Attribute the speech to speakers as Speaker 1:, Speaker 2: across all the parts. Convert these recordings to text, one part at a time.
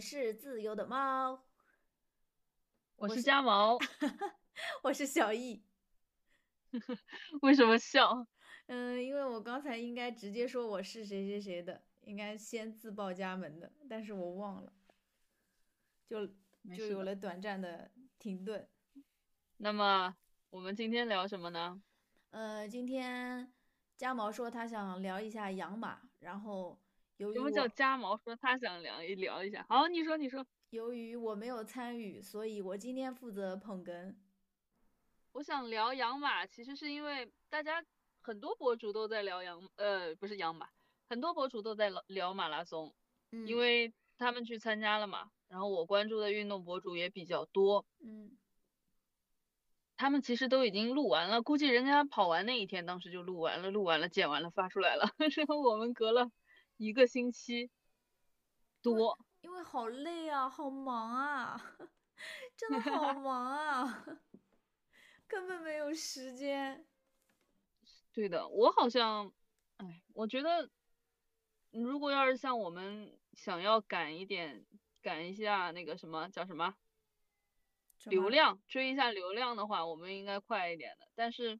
Speaker 1: 是自由的猫，
Speaker 2: 我是家毛。
Speaker 1: 我是小易。
Speaker 2: 为什么笑？
Speaker 1: 嗯，因为我刚才应该直接说我是谁谁谁的，应该先自报家门的，但是我忘了，就
Speaker 2: 没
Speaker 1: 就
Speaker 2: 事
Speaker 1: 有
Speaker 2: 的
Speaker 1: 了短暂的停顿。
Speaker 2: 那么我们今天聊什么呢？
Speaker 1: 呃，今天家毛说他想聊一下养马，然后由于
Speaker 2: 什么叫
Speaker 1: 我
Speaker 2: 家毛说他想聊一聊一下？好，你说，你说，
Speaker 1: 由于我没有参与，所以我今天负责捧哏。
Speaker 2: 我想聊养马，其实是因为大家很多博主都在聊养，呃，不是养马，很多博主都在聊聊马拉松，
Speaker 1: 嗯，
Speaker 2: 因为他们去参加了嘛。然后我关注的运动博主也比较多，
Speaker 1: 嗯
Speaker 2: 他们其实都已经录完了，估计人家跑完那一天，当时就录完了，录完了，剪完了，发出来了。 然后我们隔了一个星期多，
Speaker 1: 因为好累啊，好忙啊， 真的 好忙啊， 根本没有时间。
Speaker 2: 对的，我好像，哎，我觉得，如果要是像我们想要赶一点，赶一下那个什么叫什么
Speaker 1: 什
Speaker 2: 流
Speaker 1: 么
Speaker 2: 量，追一下流量的话，我们应该快一点的。但是，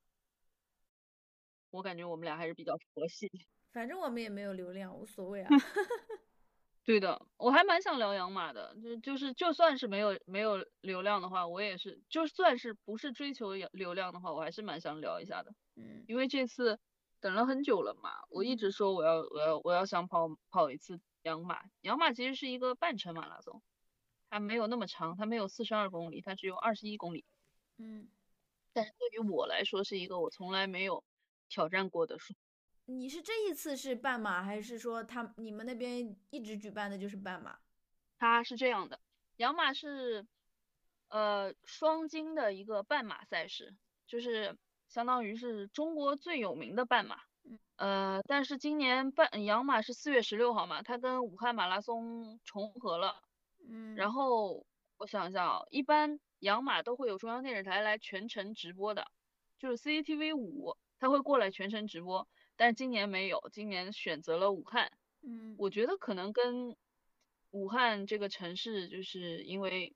Speaker 2: 我感觉我们俩还是比较佛系。
Speaker 1: 反正我们也没有流量，无所 谓啊。
Speaker 2: 对的，我还蛮想聊养马的，就就是就算是没有没有流量的话，我也是，就算是不是追求流流量的话，我还是蛮想聊一下的。
Speaker 1: 嗯
Speaker 2: 因为这次等了很久了嘛，我一直说我要我要我要想跑跑一次养马。养马其实是一个半程马拉松，它没有那么长，它没有四十二公里，它只有二十一公里。
Speaker 1: 嗯，
Speaker 2: 但是对于我来说，是一个我从来没有挑战过的数。
Speaker 1: 你是这一次是半马，还是说他你们那边一直举办的就是半马？
Speaker 2: 它是这样的，养马是呃双金的一个半马赛事，就是相当于是中国最有名的半马
Speaker 1: 嗯。
Speaker 2: 呃，但是今年半养马是四月十六号嘛，它跟武汉马拉松重合了。
Speaker 1: 嗯，
Speaker 2: 然后我想一下啊，一般养马都会有中央电视台来全程直播的，就是 CCTV 五，它会过来全程直播，但是今年没有，今年选择了武汉。
Speaker 1: 嗯
Speaker 2: 我觉得可能跟武汉这个城市，就是因为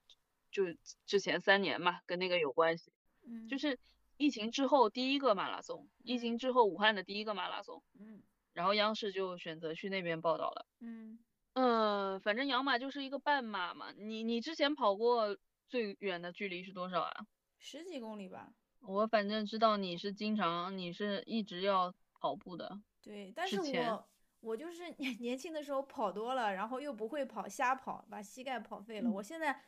Speaker 2: 就之前三年嘛，跟那个有关系，
Speaker 1: 嗯
Speaker 2: 就是疫情之后第一个马拉松，疫
Speaker 1: 嗯
Speaker 2: 情之后武汉的第一个马拉松，
Speaker 1: 嗯
Speaker 2: 然后央视就选择去那边报道了。
Speaker 1: 嗯
Speaker 2: 呃，反正养马就是一个半马嘛。你你之前跑过最远的距离是多少啊？
Speaker 1: 十几公里吧。
Speaker 2: 我反正知道你是经常，你是一直要跑步的。
Speaker 1: 对，但
Speaker 2: 之
Speaker 1: 是
Speaker 2: 前
Speaker 1: 我我就是年 轻的时候跑多了，然后又不会跑，瞎跑，把膝盖跑废了。
Speaker 2: 嗯
Speaker 1: 我现在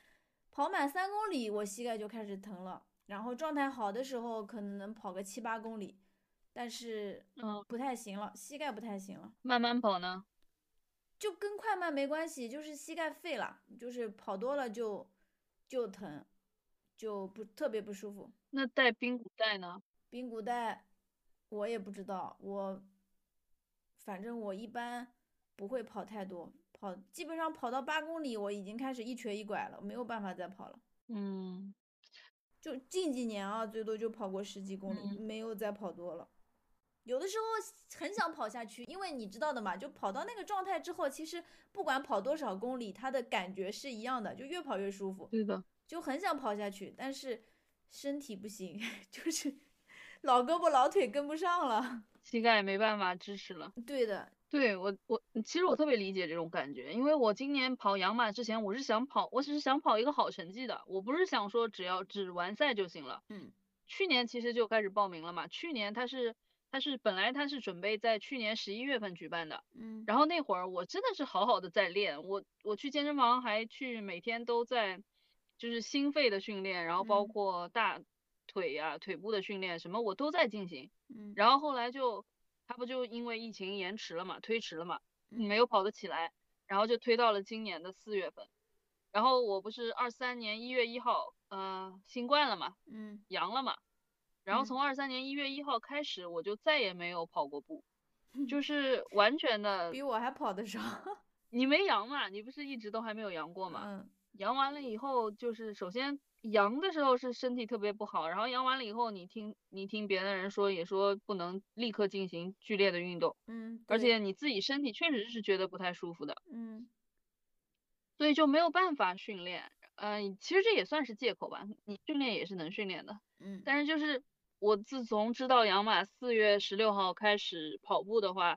Speaker 1: 跑满三公里，我膝盖就开始疼了。然后状态好的时候，可能能跑个七八公里，但是
Speaker 2: 嗯，
Speaker 1: 不太行了，膝盖不太行了，
Speaker 2: 慢慢跑呢？
Speaker 1: 就跟快慢没关系，就是膝盖废了，就是跑多了就就疼，就不特别不舒服。
Speaker 2: 那带髌骨带呢？
Speaker 1: 髌骨带，我也不知道，我反正我一般不会跑太多，跑基本上跑到八公里，我已经开始一瘸一拐了，没有办法再跑了。
Speaker 2: 嗯，
Speaker 1: 就近几年啊，最多就跑过十几公里，
Speaker 2: 嗯
Speaker 1: 没有再跑多了。有的时候很想跑下去，因为你知道的嘛，就跑到那个状态之后，其实不管跑多少公里，它的感觉是一样的，就越跑越舒服。
Speaker 2: 对的。
Speaker 1: 就很想跑下去，但是身体不行， 就是老胳膊老腿跟不上了。
Speaker 2: 膝盖没办法支持了。
Speaker 1: 对的，
Speaker 2: 对，我我其实我特别理解这种感觉，因为我今年跑养马之前，我是想跑，我只是想跑一个好成绩的，我不是想说只要只完赛就行了。
Speaker 1: 嗯，
Speaker 2: 去年其实就开始报名了嘛，去年他是他是本来他是准备在去年十一月份举办的，
Speaker 1: 嗯
Speaker 2: 然后那会儿我真的是好好的在练，我我去健身房还去每天都在就是心肺的训练，然后包
Speaker 1: 嗯
Speaker 2: 括大腿呀、腿部的训练什么我都在进行。
Speaker 1: 嗯
Speaker 2: 然后后来就他不就因为疫情延迟了嘛，推迟了嘛，
Speaker 1: 嗯
Speaker 2: 没有跑得起来，然后就推到了今年的四月份。然后我不是二三年一月一号，呃，新冠了嘛，
Speaker 1: 嗯
Speaker 2: 阳了嘛，然后
Speaker 1: 嗯
Speaker 2: 从二三年一月一号开始，我就再也没有跑过步，就是完全的，
Speaker 1: 嗯比我还跑得少。
Speaker 2: 你没阳嘛，你不是一直都还没有阳过嘛？
Speaker 1: 嗯
Speaker 2: 阳完了以后，就是首先阳的时候是身体特别不好，然后阳完了以后，你听你听别的人说，也说不能立刻进行剧烈的运动，
Speaker 1: 嗯，
Speaker 2: 而
Speaker 1: 对
Speaker 2: 且你自己身体确实是觉得不太舒服的。
Speaker 1: 嗯
Speaker 2: 所以就没有办法训练。嗯、其实这也算是借口吧，你训练也是能训练的。
Speaker 1: 嗯，
Speaker 2: 但是就是我自从知道养马四月十六号开始跑步的话，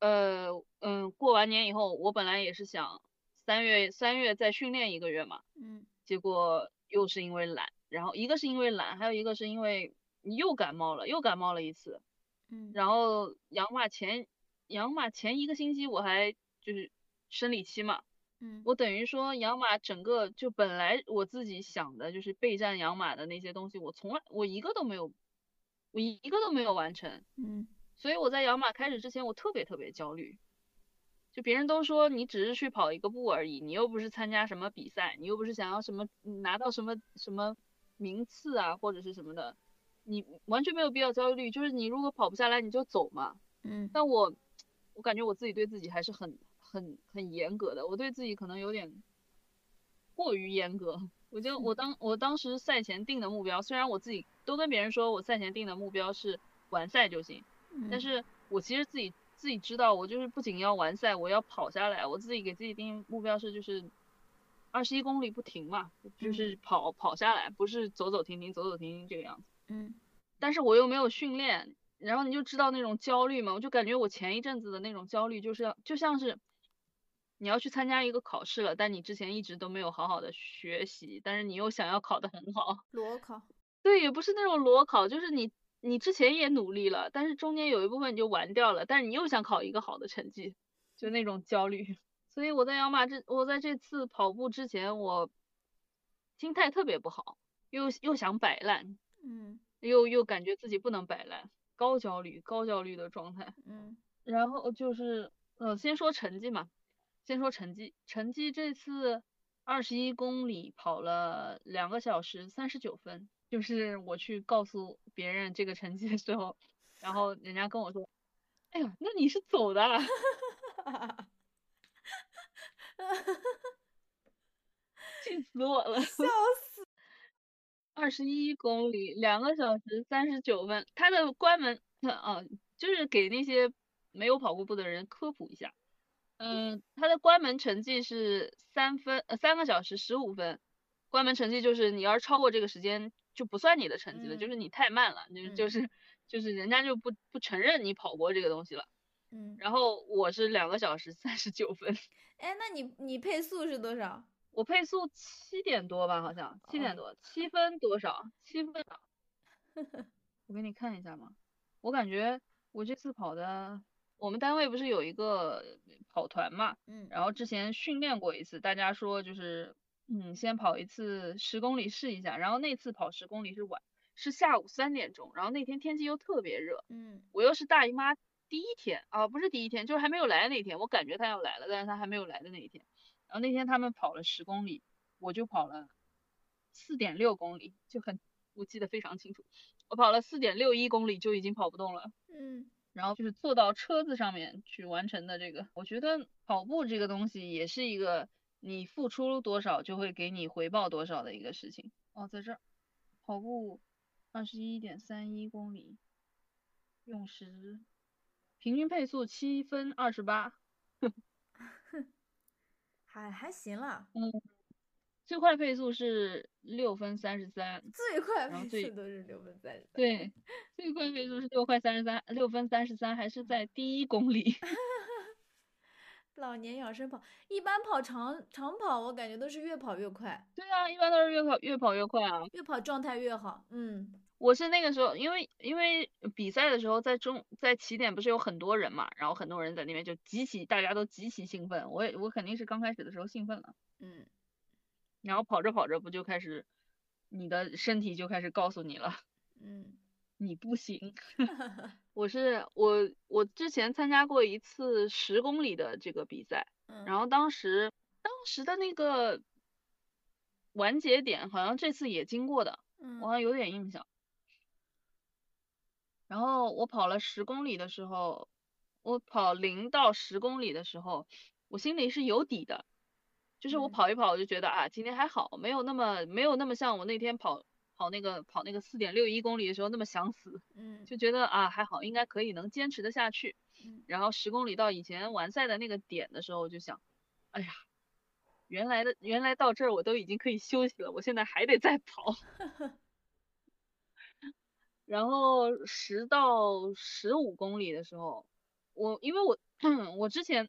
Speaker 2: 呃嗯，过完年以后，我本来也是想三月三月再训练一个月嘛，
Speaker 1: 嗯
Speaker 2: 结果又是因为懒，然后一个是因为懒，还有一个是因为又感冒了，又感冒了一次。
Speaker 1: 嗯，
Speaker 2: 然后养马前养马前一个星期我还就是生理期嘛，
Speaker 1: 嗯
Speaker 2: 我等于说养马整个就本来我自己想的就是备战养马的那些东西，我从来我一个都没有，我一个都没有完成，
Speaker 1: 嗯
Speaker 2: 所以我在养马开始之前我特别特别焦虑。就别人都说你只是去跑一个步而已，你又不是参加什么比赛，你又不是想要什么拿到什么什么名次啊或者是什么的，你完全没有必要焦虑。就是你如果跑不下来，你就走嘛。
Speaker 1: 嗯
Speaker 2: 但我我感觉我自己对自己还是很很很严格的，我对自己可能有点过于严格。我就我当我当时赛前定的目标，虽然我自己都跟别人说我赛前定的目标是完赛就行，
Speaker 1: 嗯，
Speaker 2: 但是我其实自己自己知道，我就是不仅要完赛，我要跑下来。我自己给自己定目标是就是二十一公里不停嘛，就是跑跑下来，不是走走停停走走停停这个样子。
Speaker 1: 嗯
Speaker 2: 但是我又没有训练，然后你就知道那种焦虑嘛，我就感觉我前一阵子的那种焦虑，就是要就像是你要去参加一个考试了，但你之前一直都没有好好的学习，但是你又想要考得很好，
Speaker 1: 裸考，
Speaker 2: 对，也不是那种裸考，就是你你之前也努力了，但是中间有一部分你就完掉了，但是你又想考一个好的成绩，就那种焦虑。 所以我在养马这，我在这次跑步之前，我心态特别不好，又又想摆烂，
Speaker 1: 嗯
Speaker 2: 又又感觉自己不能摆烂，高焦虑、高焦虑的状态。
Speaker 1: 嗯
Speaker 2: 然后就是，呃，先说成绩嘛，先说成绩，成绩这次二十一公里跑了两个小时三十九分，就是我去告诉别人这个成绩的时候，然后人家跟我说，哎呀，那你是走的啊，气死我了，笑死。二十一公里，两个小时三十九分，它的关门，啊，就是给那些没有跑过步的人科普一下。嗯，它的关门成绩是三分，呃，三个小时十五分。关门成绩就是你要是超过这个时间就不算你的成绩了，就
Speaker 1: 嗯
Speaker 2: 是你太慢了，你就
Speaker 1: 嗯
Speaker 2: 是就是人家就不不承认你跑过这个东西了。
Speaker 1: 嗯，
Speaker 2: 然后我是两个小时三十九分，
Speaker 1: 哎，那你你配速是多少？
Speaker 2: 我配速七点多吧，好像七点
Speaker 1: 哦
Speaker 2: 多，七分多少？七分啊。我给你看一下嘛，我感觉我这次跑的，我们单位不是有一个跑团嘛，
Speaker 1: 嗯
Speaker 2: 然后之前训练过一次，大家说就是，嗯，先跑一次十公里试一下，然后那次跑十公里是晚，是下午三点钟，然后那天天气又特别热，
Speaker 1: 嗯
Speaker 2: 我又是大姨妈第一天啊，不是第一天，就是还没有来的那一天，我感觉她要来了，但是她还没有来的那一天。然后那天他们跑了十公里，我就跑了四点六公里，就很我记得非常清楚，我跑了四点六一公里就已经跑不动了。
Speaker 1: 嗯
Speaker 2: 然后就是坐到车子上面去完成的这个，我觉得跑步这个东西也是一个你付出多少就会给你回报多少的一个事情。哦，在这儿，跑步二十一点三一公里，用时平均配速七分二十八，
Speaker 1: 还还行啦，
Speaker 2: 最快配速是六分三十三。
Speaker 1: 最快
Speaker 2: 然后
Speaker 1: 配
Speaker 2: 最
Speaker 1: 速都是六分三十三。
Speaker 2: 对，最快配速是六块三十三，六分三十三，还是在第一公里。
Speaker 1: 老年养生跑，一般跑长长跑，我感觉都是越跑越快，
Speaker 2: 对啊，一般都是越跑越跑越快啊。
Speaker 1: 越跑状态越好。嗯
Speaker 2: 我是那个时候，因为因为比赛的时候，在中在起点不是有很多人嘛，然后很多人在那边就极其，大家都极其兴奋。我也我肯定是刚开始的时候兴奋了，
Speaker 1: 嗯
Speaker 2: 然后跑着跑着不就开始，你的身体就开始告诉你了，
Speaker 1: 嗯
Speaker 2: 你不行。我是我我之前参加过一次十公里的这个比赛，
Speaker 1: 嗯，
Speaker 2: 然后当时当时的那个完结点好像这次也经过的，我
Speaker 1: 嗯
Speaker 2: 好像有点印象。然后我跑了十公里的时候，我跑零到十公里的时候，我心里是有底的，就是我
Speaker 1: 嗯
Speaker 2: 跑一跑，我就觉得啊，今天还好，没有那么没有那么像我那天跑跑那个跑那个四点六一公里的时候那么想死，
Speaker 1: 嗯
Speaker 2: 就觉得啊还好，应该可以能坚持得下去。
Speaker 1: 嗯
Speaker 2: 然后十公里到以前完赛的那个点的时候，我就想，哎呀，原来的原来到这儿我都已经可以休息了，我现在还得再跑。 然后十到十五公里的时候，我因为我我之前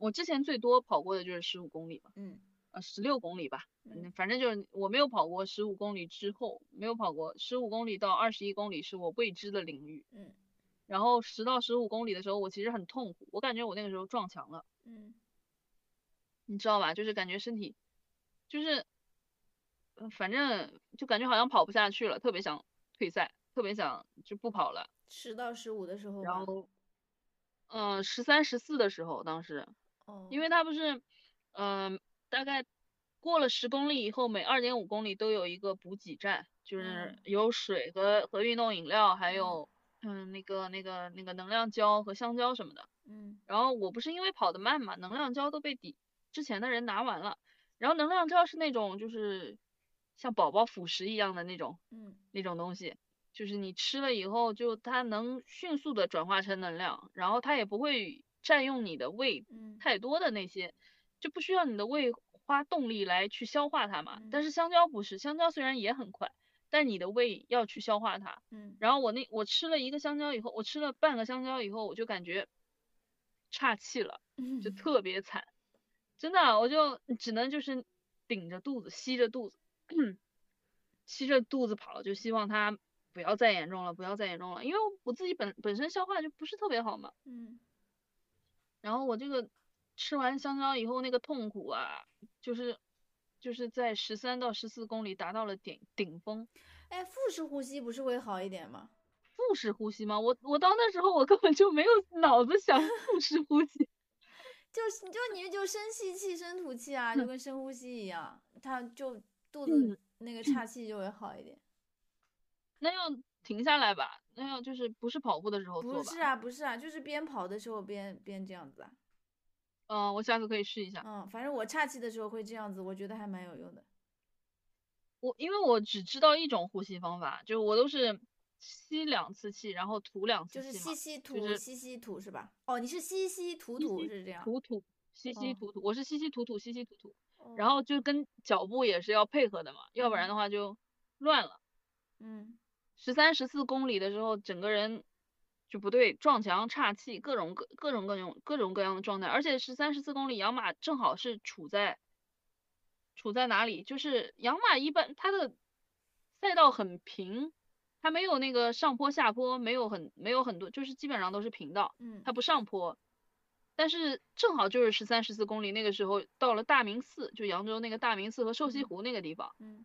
Speaker 2: 我之前最多跑过的就是十五公里嘛，
Speaker 1: 嗯
Speaker 2: 呃十六公里吧，嗯
Speaker 1: 嗯，
Speaker 2: 反正就是我没有跑过十五公里之后，没有跑过十五公里到二十一公里是我未知的领域。
Speaker 1: 嗯
Speaker 2: 然后十到十五公里的时候，我其实很痛苦，我感觉我那个时候撞墙了，
Speaker 1: 嗯
Speaker 2: 你知道吧？就是感觉身体，就是，呃反正就感觉好像跑不下去了，特别想退赛，特别想就不跑了。
Speaker 1: 十到十五的时候吧，
Speaker 2: 然后，嗯、呃，十三、十四的时候，当时，
Speaker 1: 哦，
Speaker 2: 因为它不是，嗯、大概过了十公里以后，每二点五公里都有一个补给站，就是
Speaker 1: 嗯
Speaker 2: 有水和和运动饮料，还
Speaker 1: 嗯
Speaker 2: 有嗯那个那个那个能量胶和香蕉什么的。
Speaker 1: 嗯
Speaker 2: 然后我不是因为跑得慢嘛，能量胶都被底之前的人拿完了，然后能量胶是那种就是像宝宝辅食一样的那种
Speaker 1: 嗯
Speaker 2: 那种东西，就是你吃了以后就它能迅速的转化成能量，然后它也不会占用你的胃
Speaker 1: 嗯
Speaker 2: 太多的那些，就不需要你的胃花动力来去消化它嘛。但
Speaker 1: 嗯
Speaker 2: 是香蕉不是，香蕉虽然也很快，但你的胃要去消化它。
Speaker 1: 嗯
Speaker 2: 然后我那我吃了一个香蕉以后，我吃了半个香蕉以后，我就感觉岔气了，就
Speaker 1: 嗯，
Speaker 2: 特别惨，真的，啊我就只能就是顶着肚子，吸着肚子， 吸着肚子跑，就希望它不要再严重了，不要再严重了，因为我自己本本身消化就不是特别好嘛，
Speaker 1: 嗯
Speaker 2: 然后我这个吃完香蕉以后那个痛苦啊，就是就是在十三到十四公里达到了顶顶峰。
Speaker 1: 哎，腹式呼吸不是会好一点吗？
Speaker 2: 腹式呼吸吗？我我到那时候我根本就没 有脑子想腹式呼吸，
Speaker 1: 就是就你就深吸气深吐气啊，就跟深呼吸一样，它就肚
Speaker 2: 嗯
Speaker 1: 子那个岔气就会好一点。
Speaker 2: 那要停下来吧，那要就是不是跑步的时候
Speaker 1: 不
Speaker 2: 做
Speaker 1: 是
Speaker 2: 吧。
Speaker 1: 啊，不是啊，就是边跑的时候边边这样子啊。
Speaker 2: 嗯、我下次可以试一下。
Speaker 1: 嗯，反正我岔气的时候会这样子，我觉得还蛮有用的。
Speaker 2: 我因为我只知道一种呼吸方法，就我都是吸两次气，然后吐两
Speaker 1: 就
Speaker 2: 次
Speaker 1: 是
Speaker 2: 气
Speaker 1: 吸
Speaker 2: 嘛，
Speaker 1: 吸
Speaker 2: 就
Speaker 1: 吐
Speaker 2: 是
Speaker 1: 吸吸吐是吧？哦，你是吸吸吐
Speaker 2: 吸
Speaker 1: 吐
Speaker 2: 吸
Speaker 1: 是这样。
Speaker 2: 吐吐，吸吸
Speaker 1: 哦
Speaker 2: 吐吐，我是吸吸吐吐，吸吸吐吐，然
Speaker 1: 哦，
Speaker 2: 后就跟脚步也是要配合的嘛，要不然
Speaker 1: 嗯
Speaker 2: 的话就乱了。
Speaker 1: 嗯
Speaker 2: 十三、十四公里的时候，整个人就不对，撞墙、岔气，各种各各种各种各种各样的状态。而且十三、十四公里，养马正好是处在处在哪里？就是养马一般它的赛道很平，它没有那个上坡下坡，没有很没有很多，就是基本上都是平道，
Speaker 1: 嗯
Speaker 2: 它不上坡。但是正好就是十三、十四公里那个时候到了大明寺，就扬州那个大明寺和瘦西
Speaker 1: 嗯
Speaker 2: 湖那个地方。
Speaker 1: 嗯，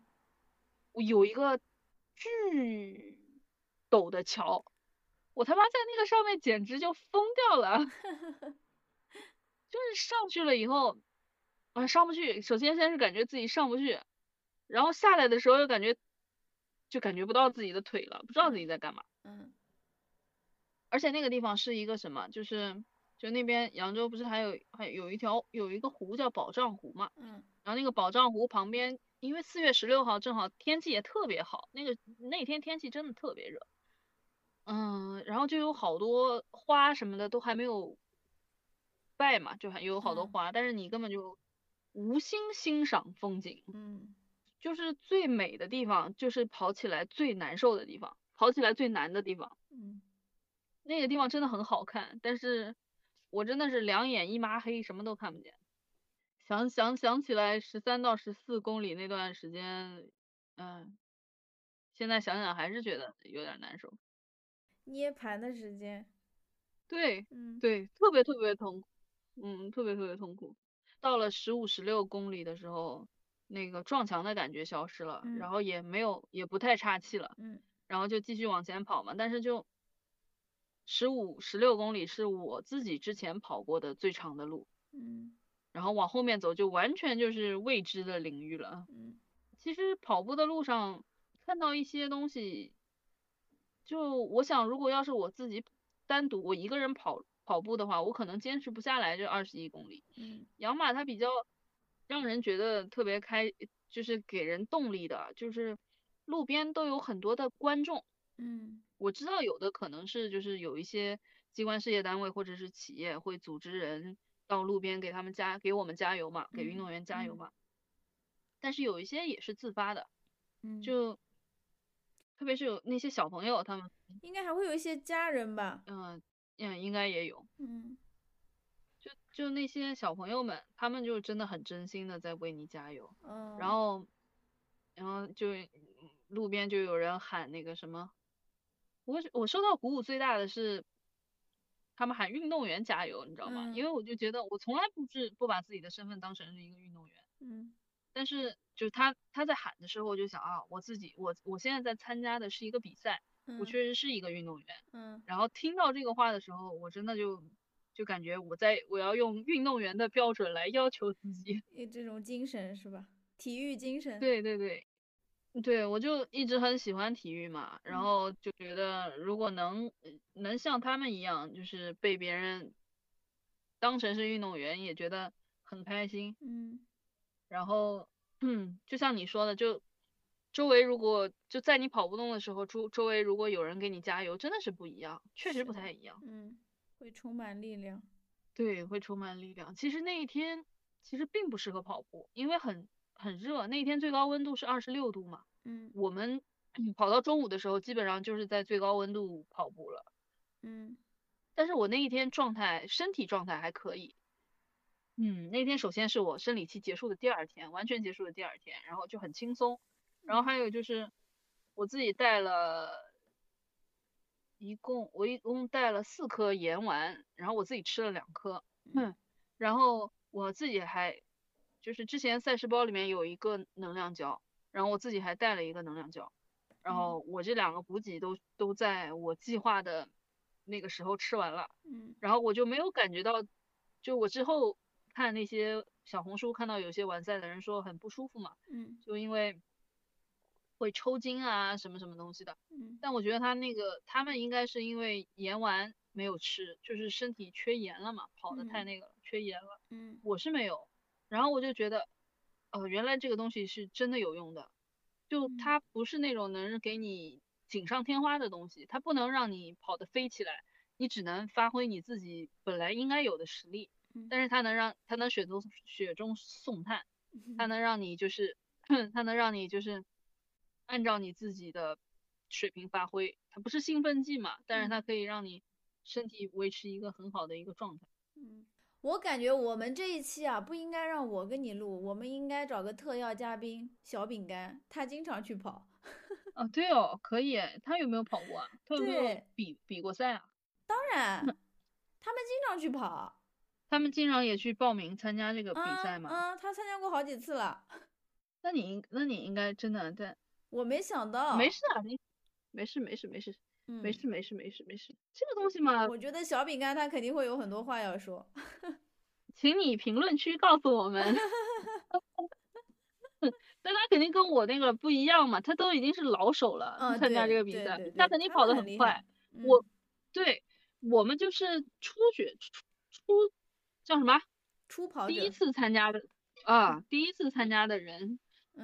Speaker 2: 我有一个巨陡的桥，我他妈在那个上面简直就疯掉了。就是上去了以后，啊，上不去。首先先是感觉自己上不去，然后下来的时候又感觉，就感觉不到自己的腿了，不知道自己
Speaker 1: 嗯
Speaker 2: 在干嘛。
Speaker 1: 嗯
Speaker 2: 而且那个地方是一个什么，就是就那边扬州不是还有还有一条有一个湖叫宝障湖嘛，
Speaker 1: 嗯
Speaker 2: 然后那个宝障湖旁边，因为四月十六号正好天气也特别好，那个那天天气真的特别热，嗯，然后就有好多花什么的都还没有败嘛，就还有好多
Speaker 1: 嗯
Speaker 2: 花，但是你根本就无心欣赏风景，
Speaker 1: 嗯
Speaker 2: 就是最美的地方，就是跑起来最难受的地方，跑起来最难的地方。
Speaker 1: 嗯，
Speaker 2: 那个地方真的很好看，但是我真的是两眼一抹黑，什么都看不见。想想想起来，十三到十四公里那段时间，嗯，现在想想还是觉得有点儿难受。
Speaker 1: 涅槃的时间。
Speaker 2: 对，
Speaker 1: 嗯
Speaker 2: 对，特别特别痛苦，嗯，特别特别痛苦。到了十五、十六公里的时候，那个撞墙的感觉消失了，然
Speaker 1: 嗯
Speaker 2: 后也没有，也不太岔气了，
Speaker 1: 嗯
Speaker 2: 然后就继续往前跑嘛。但是就十五、十六公里是我自己之前跑过的最长的路，
Speaker 1: 嗯
Speaker 2: 然后往后面走就完全就是未知的领域了。
Speaker 1: 嗯
Speaker 2: 其实跑步的路上看到一些东西，就我想，如果要是我自己单独我一个人跑跑步的话，我可能坚持不下来这二十一公里。
Speaker 1: 嗯
Speaker 2: 养马它比较让人觉得特别开，就是给人动力的，就是路边都有很多的观众。
Speaker 1: 嗯
Speaker 2: 我知道有的可能是就是有一些机关事业单位或者是企业会组织人到路边给他们加给我们加油嘛，给运动员加油
Speaker 1: 嗯
Speaker 2: 嘛。但是有一些也是自发的，
Speaker 1: 嗯，
Speaker 2: 就特别是有那些小朋友，他们
Speaker 1: 应该还会有一些家人吧，
Speaker 2: 嗯嗯、应该也有，
Speaker 1: 嗯
Speaker 2: 就就那些小朋友们，他们就真的很真心的在为你加油。
Speaker 1: 嗯，
Speaker 2: 然后，然后就路边就有人喊那个什么，我我受到鼓舞最大的是他们喊运动员加油，你知道吗？
Speaker 1: 嗯
Speaker 2: 因为我就觉得我从来不是不把自己的身份当成是一个运动员，
Speaker 1: 嗯
Speaker 2: 但是就是他他在喊的时候，我就想啊，我自己我我现在在参加的是一个比赛，
Speaker 1: 嗯，
Speaker 2: 我确实是一个运动员。
Speaker 1: 嗯
Speaker 2: 然后听到这个话的时候，我真的就就感觉我在我要用运动员的标准来要求自己。
Speaker 1: 有这种精神是吧？体育精神，，
Speaker 2: 对对对，嗯对我就一直很喜欢体育嘛，然
Speaker 1: 嗯
Speaker 2: 后就觉得如果能呃能像他们一样，就是被别人当成是运动员，也觉得很开心。
Speaker 1: 嗯
Speaker 2: 然后，嗯，就像你说的，就周围如果就在你跑不动的时候，周周围如果有人给你加油，真的是不一样，确实
Speaker 1: 是
Speaker 2: 不
Speaker 1: 的
Speaker 2: 太一样。
Speaker 1: 嗯，会充满力量，
Speaker 2: 对，会充满力量。其实那一天其实并不适合跑步，因为很很热，那一天最高温度是二十六度嘛。
Speaker 1: 嗯
Speaker 2: 我们 嗯跑到中午的时候，基本上就是在最高温度跑步了。
Speaker 1: 嗯
Speaker 2: 但是我那一天状态，身体状态还可以。嗯，那天首先是我生理期结束的第二天，完全结束的第二天，然后就很轻松。然后还有就是我自己带了，一共我一共带了四颗盐丸，然后我自己吃了两颗。嗯，然后我自己还就是之前赛事包里面有一个能量胶，然后我自己还带了一个能量胶，
Speaker 1: 嗯
Speaker 2: 然后我这两个补给都都在我计划的那个时候吃完了，
Speaker 1: 嗯
Speaker 2: 然后我就没有感觉到，就我之后看那些小红书看到有些完赛的人说很不舒服嘛，
Speaker 1: 嗯
Speaker 2: 就因为会抽筋啊什么什么东西的，
Speaker 1: 嗯
Speaker 2: 但我觉得他那个他们应该是因为盐丸没有吃，就是身体缺盐了嘛，跑的太
Speaker 1: 嗯
Speaker 2: 那个了，缺盐了。
Speaker 1: 嗯
Speaker 2: 我是没有，然后我就觉得，呃，原来这个东西是真的有用的，就
Speaker 1: 嗯
Speaker 2: 它不是那种能给你锦上添花的东西，它不能让你跑得飞起来，你只能发挥你自己本来应该有的实力，
Speaker 1: 嗯
Speaker 2: 但是它能让它能雪中雪中送炭。
Speaker 1: 嗯
Speaker 2: 它能让你就是， 它能让你就是按照你自己的水平发挥，它不是兴奋剂嘛，但是它
Speaker 1: 嗯
Speaker 2: 可以让你身体维持一个很好的一个状态。
Speaker 1: 嗯，我感觉我们这一期啊，不应该让我跟你录，我们应该找个特邀嘉宾小饼干，他经常去跑。
Speaker 2: 啊，对哦，可以诶，他有没有跑过啊？他有没有
Speaker 1: 对
Speaker 2: 比比过赛啊？
Speaker 1: 当然，他们经常去跑。
Speaker 2: 他们经常也去报名参加这个比赛
Speaker 1: 嗯
Speaker 2: 嘛？
Speaker 1: 嗯，他参加过好几次了，
Speaker 2: 那你应那你应该真的在
Speaker 1: 我没想到。
Speaker 2: 没事啊，你没事没事没事
Speaker 1: 哦嗯，
Speaker 2: 没事没事没事没事，这个东西嘛，
Speaker 1: 我觉得小饼干他肯定会有很多话要 说。
Speaker 2: 请你评论区告诉我们。 但他肯定跟我那个不一样嘛，他都已经是老手了，
Speaker 1: 嗯，
Speaker 2: 参加这
Speaker 1: 对
Speaker 2: 个比
Speaker 1: 对
Speaker 2: 赛
Speaker 1: 对，
Speaker 2: 他
Speaker 1: 对
Speaker 2: 肯定
Speaker 1: 他
Speaker 2: 跑
Speaker 1: 们
Speaker 2: 得
Speaker 1: 很
Speaker 2: 很
Speaker 1: 厉
Speaker 2: 快
Speaker 1: 害。。
Speaker 2: 我
Speaker 1: 嗯
Speaker 2: 对我们就是初学初初叫什么？啊
Speaker 1: 初跑
Speaker 2: 第一
Speaker 1: 者
Speaker 2: 次参加的啊，第一次参加的人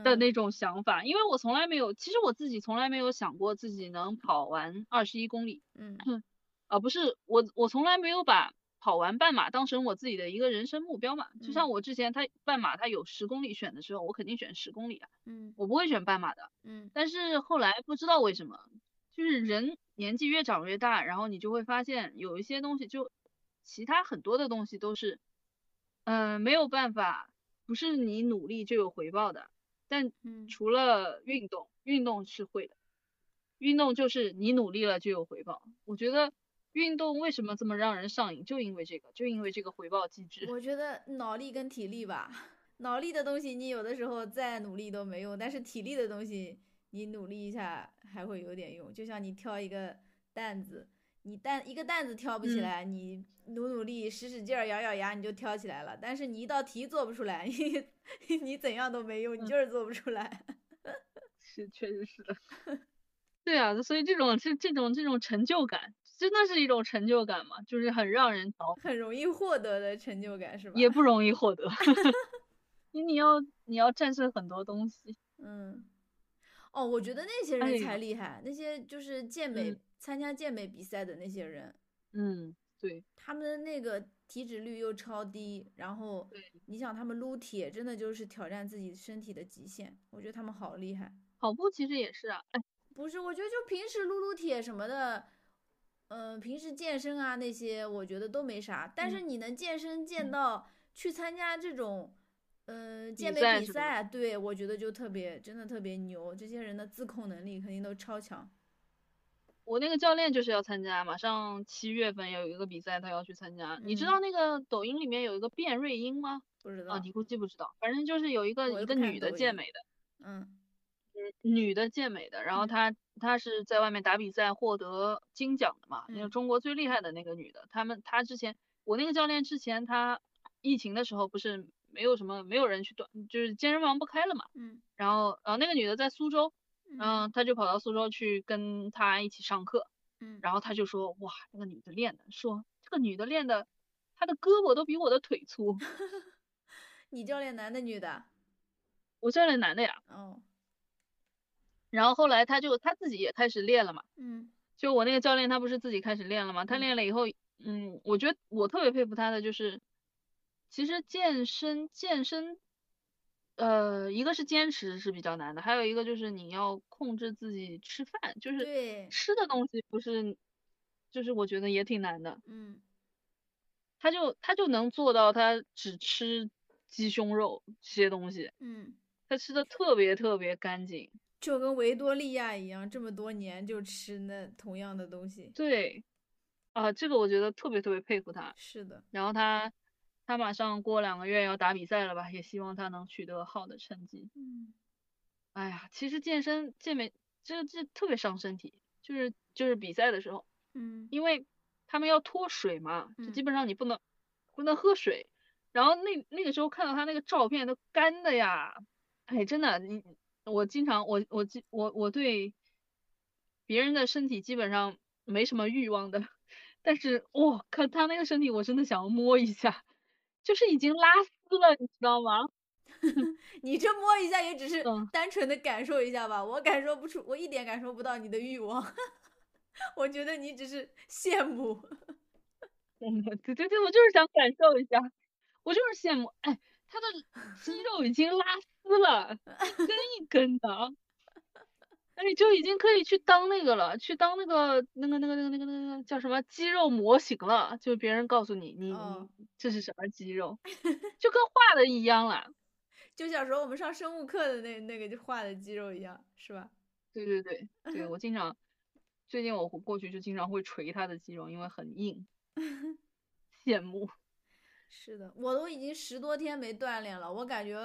Speaker 2: 的
Speaker 1: 嗯
Speaker 2: 那种想法，因为我从来没有，其实我自己从来没有想过自己能跑完二十一公里
Speaker 1: 嗯
Speaker 2: 啊，不是我我从来没有把跑完半马当成我自己的一个人生目标嘛。就像
Speaker 1: 嗯
Speaker 2: 我之前他半马他有十公里选的时候，我肯定选十公里啊，
Speaker 1: 嗯
Speaker 2: 我不会选半马的。
Speaker 1: 嗯
Speaker 2: 但是后来不知道为什么，就是人年纪越长越大，然后你就会发现有一些东西就，其他很多的东西都是，嗯、没有办法，不是你努力就有回报的。但
Speaker 1: 嗯
Speaker 2: 除了运动，运动是会的，运动就是你努力了就有回报。我觉得运动为什么这么让人上瘾，就因为这个，就因为这个回报机 制。
Speaker 1: 我觉得脑力跟体力吧，脑力的东西你有的时候再努力都没用，但是体力的东西你努力一下还会有点用。就像你挑一个担子，你担一个担子挑不起
Speaker 2: 嗯
Speaker 1: 来，你努努力、使使劲儿、咬咬牙你就挑起来了。但是你一道题做不出来， 你你怎样都没用，你
Speaker 2: 嗯
Speaker 1: 就是做不出来。
Speaker 2: 是，确实是的。 对啊，所以这种这这种这种成就感，真的是一种成就感嘛，就是很让人着，
Speaker 1: 很容易获得的成就感是吧？
Speaker 2: 也不容易获得。 你你要你要战胜很多东西，
Speaker 1: 嗯，哦，我觉得那些
Speaker 2: 哎
Speaker 1: 人
Speaker 2: 呦
Speaker 1: 才厉害，那些就是健美
Speaker 2: 嗯
Speaker 1: 参加健美比赛的那些人，
Speaker 2: 嗯，对，
Speaker 1: 他们那个体脂率又超低，然后
Speaker 2: 对
Speaker 1: 你想他们撸铁真的就是挑战自己身体的极限，我觉得他们好厉害。
Speaker 2: 跑步其实也是啊，哎，
Speaker 1: 不是，我觉得就平时撸撸铁什么的，嗯、平时健身啊那些，我觉得都没啥。但是你能健身健
Speaker 2: 嗯
Speaker 1: 到去参加这种，嗯、健
Speaker 2: 比
Speaker 1: 美
Speaker 2: 赛
Speaker 1: 比
Speaker 2: 是吧
Speaker 1: 赛，对我觉得就特别，真的特别牛。这些人的自控能力肯定都超强。
Speaker 2: 我那个教练就是要参加，马上七月份有一个比赛，他要去参加。你知
Speaker 1: 嗯
Speaker 2: 道那个抖音里面有一个卞瑞英吗？
Speaker 1: 不知道，
Speaker 2: 啊，你估计不知道，反正就是有一个
Speaker 1: 我
Speaker 2: 一
Speaker 1: 又
Speaker 2: 个
Speaker 1: 不看
Speaker 2: 女的
Speaker 1: 抖
Speaker 2: 健
Speaker 1: 音
Speaker 2: 美的，
Speaker 1: 嗯，
Speaker 2: 女的健美的，然
Speaker 1: 嗯
Speaker 2: 后她她是在外面打比赛获得金奖的嘛，那个
Speaker 1: 嗯
Speaker 2: 中国最厉害的那个女的，他们她之前我那个教练之前她疫情的时候不是没有什么没有人去锻，就是健身房不开了嘛，
Speaker 1: 嗯
Speaker 2: 然后然后那个女的在苏州，
Speaker 1: 嗯
Speaker 2: 嗯，她就跑到苏州去跟她一起上课，
Speaker 1: 嗯，
Speaker 2: 然后她就说哇，那个女的练的，说这个女的练的，她的胳膊都比我的腿粗，
Speaker 1: 你教练男的女的？
Speaker 2: 我教练男的呀，
Speaker 1: 哦，
Speaker 2: 然后后来她就她自己也开始练了嘛。
Speaker 1: 嗯
Speaker 2: 就我那个教练，他不是自己开始练了吗？他
Speaker 1: 嗯
Speaker 2: 练了以后，嗯，我觉得我特别佩服他的就是，其实健身健身，呃，一个是坚持是比较难的，还有一个就是你要控制自己吃饭，就是
Speaker 1: 对
Speaker 2: 吃的东西不是，就是我觉得也挺难的。
Speaker 1: 嗯
Speaker 2: 他就他就能做到，他只吃鸡胸肉这些东西，
Speaker 1: 嗯，
Speaker 2: 他吃的特别特别干净。
Speaker 1: 就跟维多利亚一样，这么多年就吃那同样的东西。
Speaker 2: 对，啊，这个我觉得特别特别佩服他。
Speaker 1: 是的，
Speaker 2: 然后他他马上过两个月要打比赛了吧，也希望他能取得好的成绩。
Speaker 1: 嗯。
Speaker 2: 哎呀，其实健身健美这这特别伤身体，就是就是比赛的时候，
Speaker 1: 嗯
Speaker 2: 因为他们要脱水嘛，就基
Speaker 1: 嗯
Speaker 2: 本上你不能不能喝水。然后那那个时候看到他那个照片都干的呀，哎，真的，你我经常我我记我我对别人的身体基本上没什么欲望的，但是哇、看他那个身体，我真的想要摸一下，就是已经拉丝了，你知道吗？
Speaker 1: 你这摸一下也只是
Speaker 2: 嗯
Speaker 1: 单纯的感受一下吧，我感受不出，我一点感受不到你的欲望。 我觉得你只是羡慕。
Speaker 2: 嗯，对对对，我就是想感受一下，我就是羡慕，哎，他的肌肉已经拉丝了，一根一根的，哎，就已经可以去当那个了，去当那个那个那个那个那个那个叫什么肌肉模型了，就别人告诉你你
Speaker 1: 哦
Speaker 2: 你这是什么肌肉，就跟画的一样了。
Speaker 1: 就小时候我们上生物课的那那个就画的肌肉一样，是吧？
Speaker 2: 对对对对，我经常最近我过去就经常会捶他的肌肉，因为很硬，羡慕。
Speaker 1: 是的，我都已经十多天没锻炼了，我感觉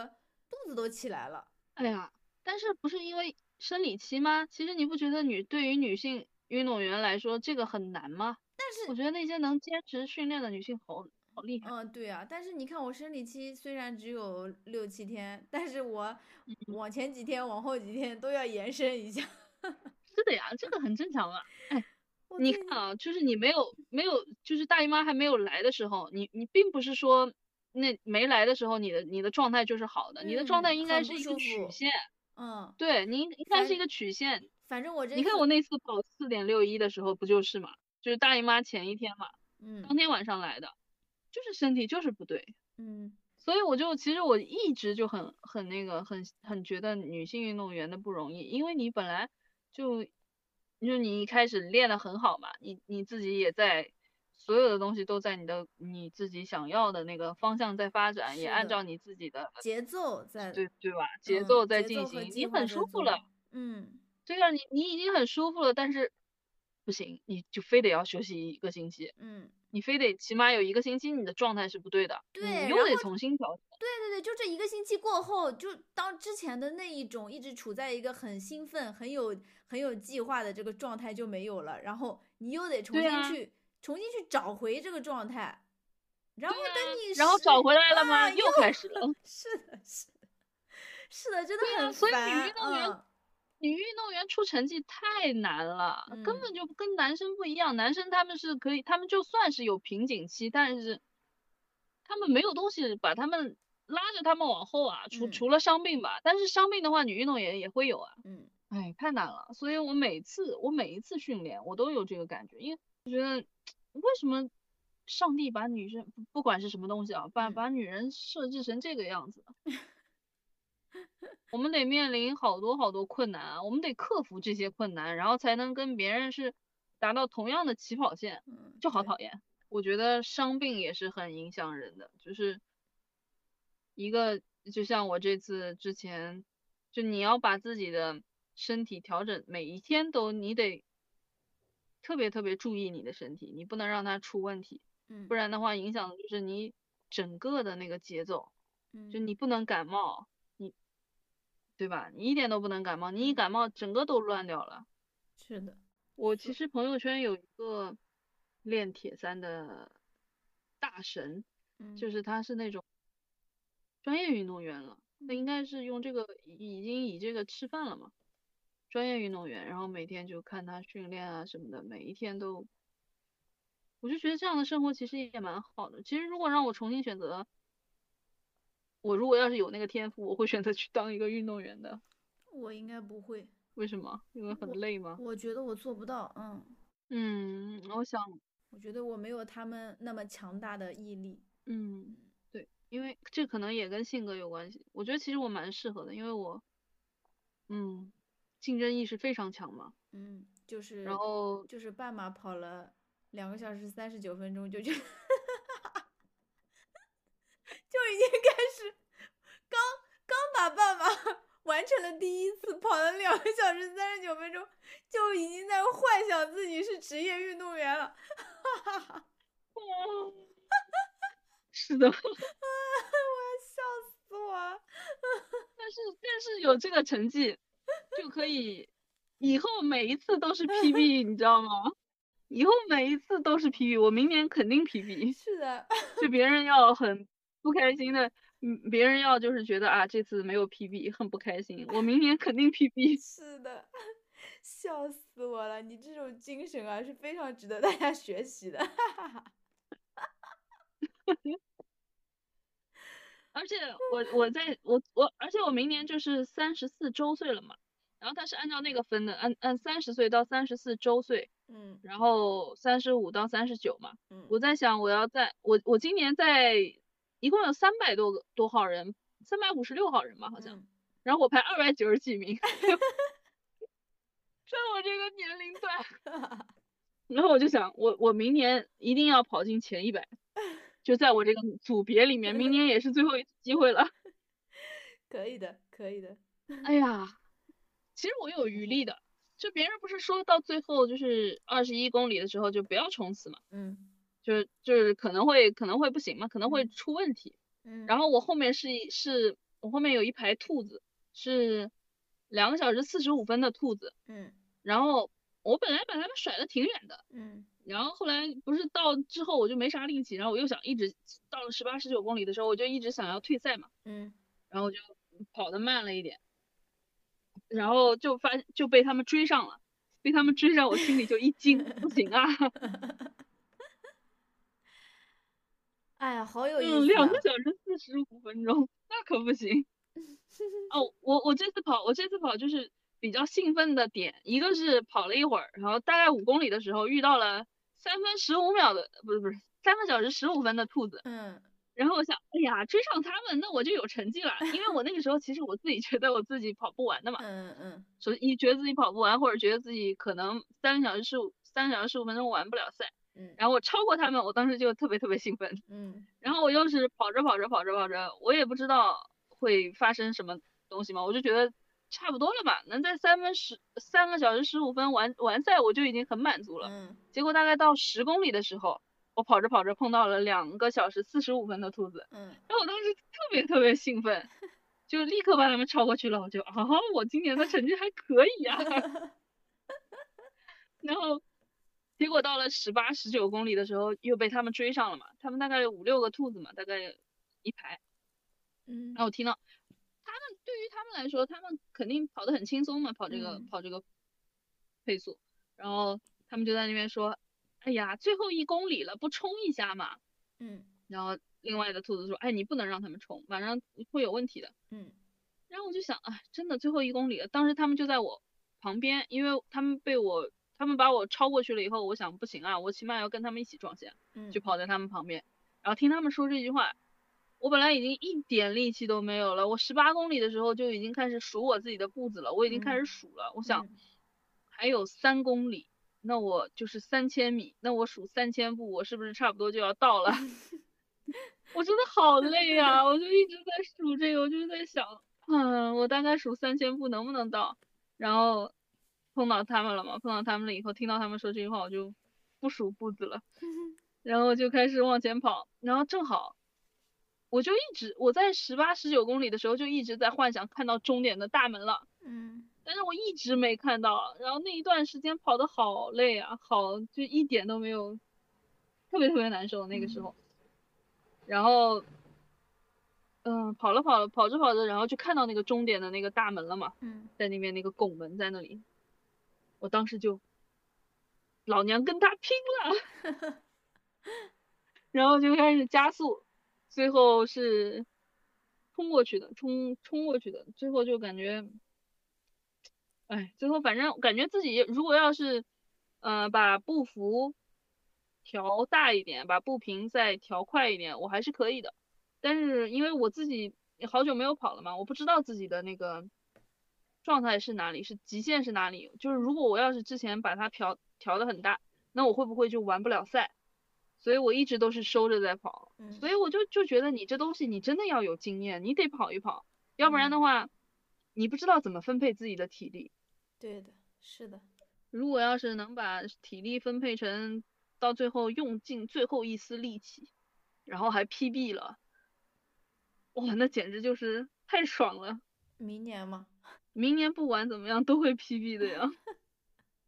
Speaker 1: 肚子都起来了。
Speaker 2: 哎呀，但是不是因为生理期吗？其实你不觉得女对于女性运动员来说这个很难吗？但
Speaker 1: 是
Speaker 2: 我觉得那些能坚持训练的女性好好厉害。
Speaker 1: 嗯，对啊，但是你看我生理期虽然只有六七天，但是我
Speaker 2: 嗯
Speaker 1: 往前几天、往后几天都要延伸一下。
Speaker 2: 是的呀，这个很正常啊。哎，
Speaker 1: 我
Speaker 2: 你
Speaker 1: 最
Speaker 2: 看啊，就是你没有没有，就是大姨妈还没有来的时候，你你并不是说那没来的时候你的你的状态就是好的，你的状
Speaker 1: 嗯
Speaker 2: 态应该
Speaker 1: 很
Speaker 2: 是
Speaker 1: 不
Speaker 2: 一
Speaker 1: 舒
Speaker 2: 个曲
Speaker 1: 服
Speaker 2: 线，
Speaker 1: 嗯，
Speaker 2: 对，你应应该是
Speaker 1: 反
Speaker 2: 一个曲线。
Speaker 1: 反正我这
Speaker 2: 你看
Speaker 1: 次
Speaker 2: 我那次跑四点六一的时候不就是嘛，就是大姨妈前一天嘛。
Speaker 1: 嗯
Speaker 2: 当天晚上来的，就是身体就是不对，
Speaker 1: 嗯
Speaker 2: 所以我就其实我一直就很很那个很很觉得女性运动员的不容易，因为你本来就就你一开始练得很好嘛，你你自己也在所有的东西都在你的你自己想要的那个方向在发展，也
Speaker 1: 是
Speaker 2: 按
Speaker 1: 的
Speaker 2: 照你自己的
Speaker 1: 节奏在
Speaker 2: 对对吧节
Speaker 1: 嗯
Speaker 2: 奏在
Speaker 1: 节奏
Speaker 2: 进
Speaker 1: 和
Speaker 2: 行，
Speaker 1: 计
Speaker 2: 你
Speaker 1: 划
Speaker 2: 很
Speaker 1: 在
Speaker 2: 舒服
Speaker 1: 做
Speaker 2: 了，
Speaker 1: 嗯，
Speaker 2: 对啊，你你已经很舒服了，但是不行，你就非得要休息一个星期。
Speaker 1: 嗯，
Speaker 2: 你非得起码有一个星期你的状态是不对的，
Speaker 1: 对
Speaker 2: 你又
Speaker 1: 然
Speaker 2: 得
Speaker 1: 后
Speaker 2: 重新调整。
Speaker 1: 对对对，就这一个星期过后，就当之前的那一种一直处在一个很兴奋、很有很有计划的这个状态就没有了，然后你又得重
Speaker 2: 对
Speaker 1: 新
Speaker 2: 啊
Speaker 1: 去、重新去找回这个状态，然后等你
Speaker 2: 啊然后
Speaker 1: 十
Speaker 2: 找回来了吗？
Speaker 1: 啊
Speaker 2: 又开始了。
Speaker 1: 是的，是的，是的，真
Speaker 2: 对
Speaker 1: 的
Speaker 2: 啊，
Speaker 1: 很
Speaker 2: 所以女
Speaker 1: 烦，
Speaker 2: 运动员
Speaker 1: 嗯，
Speaker 2: 女运动员出成绩太难了，根
Speaker 1: 嗯
Speaker 2: 本就跟男生不一样。男生他们是可以，他们就算是有瓶颈期，但是他们没有东西把他们拉着他们往后啊，除
Speaker 1: 嗯
Speaker 2: 除了伤病吧。但是伤病的话，女运动员也会有啊。
Speaker 1: 嗯
Speaker 2: 哎，太难了，所以我每次我每一次训练，我都有这个感觉，因为我觉得为什么上帝把女生不不管是什么东西啊，把把女人设置成这个样子， 我们得面临好多好多困难啊，我们得克服这些困难，然后才能跟别人是达到同样的起跑线，
Speaker 1: 嗯，
Speaker 2: 就好
Speaker 1: 对
Speaker 2: 讨厌。我觉得伤病也是很影响人的，就是一个就像我这次之前，就你要把自己的身体调整，每一天都你得特别特别注意你的身体，你不能让它出问题。
Speaker 1: 嗯，
Speaker 2: 不然的话影响的就是你整个的那个节奏，
Speaker 1: 嗯，
Speaker 2: 就你不能感冒，你对吧？你一点都不能感冒，你一
Speaker 1: 嗯
Speaker 2: 感冒整个都乱掉了。
Speaker 1: 是的，
Speaker 2: 我
Speaker 1: 是
Speaker 2: 其实朋友圈有一个练铁三的大神，
Speaker 1: 嗯，
Speaker 2: 就是他是那种专业运动员了，他应该是用这个已已经以这个吃饭了嘛，专业运动员，然后每天就看他训练啊什么的，每一天都，我就觉得这样的生活其实也蛮好的。其实如果让我重新选择，我如果要是有那个天赋，我会选择去当一个运动员的。
Speaker 1: 我应该不会，
Speaker 2: 为什么？因为很
Speaker 1: 我
Speaker 2: 累吗？
Speaker 1: 我觉得我做不到，嗯，
Speaker 2: 嗯，我想。
Speaker 1: 我觉得我没有他们那么强大的毅力，
Speaker 2: 嗯，对，因为这可能也跟性格有关系。我觉得其实我蛮适合的，因为我，嗯，竞争意识非常强嘛。
Speaker 1: 嗯，就是
Speaker 2: 然后，
Speaker 1: 就是半马跑了两个小时三十九分钟， 就觉得就已经开始刚刚把半马 完成了第一次，跑了两个小时三十九分钟，就已经在幻想自己是职业运动员了。啊
Speaker 2: 是的，
Speaker 1: 笑死我了！
Speaker 2: 但是但是有这个成绩，就可以以后每一次都是 PB，你知道吗？以后每一次都是 PB，我明年肯定 PB。
Speaker 1: 是的，
Speaker 2: 就别人要很不开心的，嗯，别人要就是觉得啊，这次没有 PB，很不开心。我明年肯定 PB。
Speaker 1: 是的， 笑死我了！你这种精神啊，是非常值得大家学习的。
Speaker 2: 而且我我在我我，而且我明年就是三十四周岁了嘛，然后他是按照那个分的，按按三十岁到三十四周岁，
Speaker 1: 嗯
Speaker 2: 然后三十五到三十九嘛。
Speaker 1: 嗯，
Speaker 2: 我在想，我要在我我今年在一共有三百多个多号人，三百五十六号人吧，好像，
Speaker 1: 嗯
Speaker 2: 然后我排二百九十几名， 在我这个年龄段，
Speaker 1: 嗯
Speaker 2: 然后我就想，我我明年一定要跑进前一百，就在我这个组别里面，明年也是最后一次机会了。
Speaker 1: 可以的，可以的。
Speaker 2: 哎呀，其实我有余力的。就别人不是说到最后就是二十一公里的时候就不要冲刺嘛，
Speaker 1: 嗯
Speaker 2: 就是就是可能会可能会不行嘛，可能会
Speaker 1: 嗯
Speaker 2: 出问题。
Speaker 1: 嗯，
Speaker 2: 然后我后面是一是我后面有一排兔子，是两个小时四十五分的兔子。
Speaker 1: 嗯
Speaker 2: 然后我本来把它们甩的挺远的，
Speaker 1: 嗯
Speaker 2: 然后后来不是到之后我就没啥力气，然后我又想一直到了十八十九公里的时候，我就一直想要退赛嘛，
Speaker 1: 嗯
Speaker 2: 然后我就跑得慢了一点，然后就发就被他们追上了，被他们追上，我心里就一惊，不行啊，
Speaker 1: 哎呀，好 有意
Speaker 2: 嗯，
Speaker 1: 思啊
Speaker 2: 两个小时四十五分钟，那可不行。哦，我我这次跑，我这次跑就是比较兴奋的点，一个是跑了一会儿，然后大概五公里的时候遇到了三分十五秒的，不是不是三个小时十五分的兔子，
Speaker 1: 嗯
Speaker 2: 然后我想，哎呀，追上他们，那我就有成绩了，因为我那个时候其实我自己觉得我自己跑不完的嘛，
Speaker 1: 嗯嗯
Speaker 2: 所以你觉得自己跑不完，或者觉得自己可能三个小时十五三个小时十五分钟完不了赛，
Speaker 1: 嗯
Speaker 2: 然后我超过他们，我当时就特别特别兴奋。
Speaker 1: 嗯
Speaker 2: 然后我又是跑着跑着跑着跑着，我也不知道会发生什么东西嘛，我就觉得差不多了吧，能在三分十三个小时十五分完完赛，我就已经很满足了。
Speaker 1: 嗯，
Speaker 2: 结果大概到十公里的时候，我跑着跑着碰到了两个小时四十五分的兔子，
Speaker 1: 嗯，
Speaker 2: 然后我当时特别特别兴奋，就立刻把他们超过去了。我就啊，我今年的成绩还可以啊。然后结果到了十八、十九公里的时候，又被他们追上了嘛。他们大概有五六个兔子嘛，大概一排。
Speaker 1: 嗯
Speaker 2: 然后我听到他们对于他们来说，他们肯定跑得很轻松嘛，跑这个、
Speaker 1: 嗯
Speaker 2: 跑这个配速。然后他们就在那边说：“哎呀，最后一公里了，不冲一下嘛？”
Speaker 1: 嗯
Speaker 2: 然后另外的兔子说：“哎，你不能让他们冲，晚上会有问题的。
Speaker 1: 嗯”
Speaker 2: 然后我就想，哎，真的最后一公里了。当时他们就在我旁边，因为他们被我他们把我超过去了以后，我想不行啊，我起码要跟他们一起撞线，
Speaker 1: 嗯，
Speaker 2: 就跑在他们旁边，然后听他们说这句话。我本来已经一点力气都没有了，我十八公里的时候就已经开始数我自己的步子了，我已经开始
Speaker 1: 嗯
Speaker 2: 数了。我想
Speaker 1: 嗯
Speaker 2: 还有三公里，那我就是三千米，那我数三千步，我是不是差不多就要到 了？我真的好累啊！我就一直在数这个，我就在想，嗯，我大概数三千步能不能到？然后碰到他们了嘛，碰到他们了以后，听到他们说这句话，我就不数步子了，然后就开始往前跑，然后正好。我就一直我在十八十九公里的时候就一直在幻想看到终点的大门了，
Speaker 1: 嗯
Speaker 2: 但是我一直没看到。啊然后那一段时间跑得好累啊，好就一点都没有，特别特别难受那个时候。然后，嗯，跑了跑了跑着跑着，然后就看到那个终点的那个大门了嘛，
Speaker 1: 嗯
Speaker 2: 在那边那个拱门在那里，我当时就，老娘跟他拼了，然后就开始加速，最后是冲过去的，冲冲过去的，最后就感觉，哎，最后反正感觉自己如果要是，呃，把步幅调大一点，把步频再调快一点，我还是可以的，但是因为我自己也好久没有跑了嘛，我不知道自己的那个状态是哪里，是极限是哪里。就是如果我要是之前把它调调的很大，那我会不会就完不了赛？所以我一直都是收着在跑，
Speaker 1: 嗯，
Speaker 2: 所以我就就觉得你这东西你真的要有经验，你得跑一跑，要不然的话，你不知道怎么分配自己的体力。
Speaker 1: 对的，是的，
Speaker 2: 如果要是能把体力分配成到最后用尽最后一丝力气，然后还 PB 了，哇，那简直就是太爽了！
Speaker 1: 明年嘛，
Speaker 2: 明年不管怎么样都会 PB 的呀。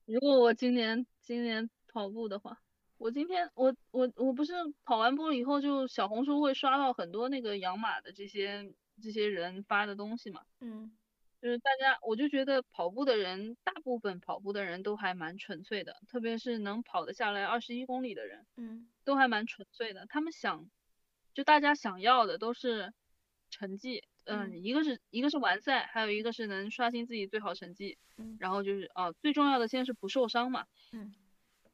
Speaker 2: 如果我今年今年跑步的话，我今天我我我不是跑完步以后就小红书会刷到很多那个养马的这些这些人发的东西嘛。
Speaker 1: 嗯
Speaker 2: 就是大家，我就觉得跑步的人，大部分跑步的人都还蛮纯粹的，特别是能跑得下来二十一公里的人，
Speaker 1: 嗯
Speaker 2: 都还蛮纯粹的。他们想，就大家想要的都是成绩，
Speaker 1: 嗯
Speaker 2: 嗯，一个是一个是完赛，还有一个是能刷新自己最好成绩，
Speaker 1: 嗯
Speaker 2: 然后就是啊，最重要的现在是不受伤嘛，
Speaker 1: 嗯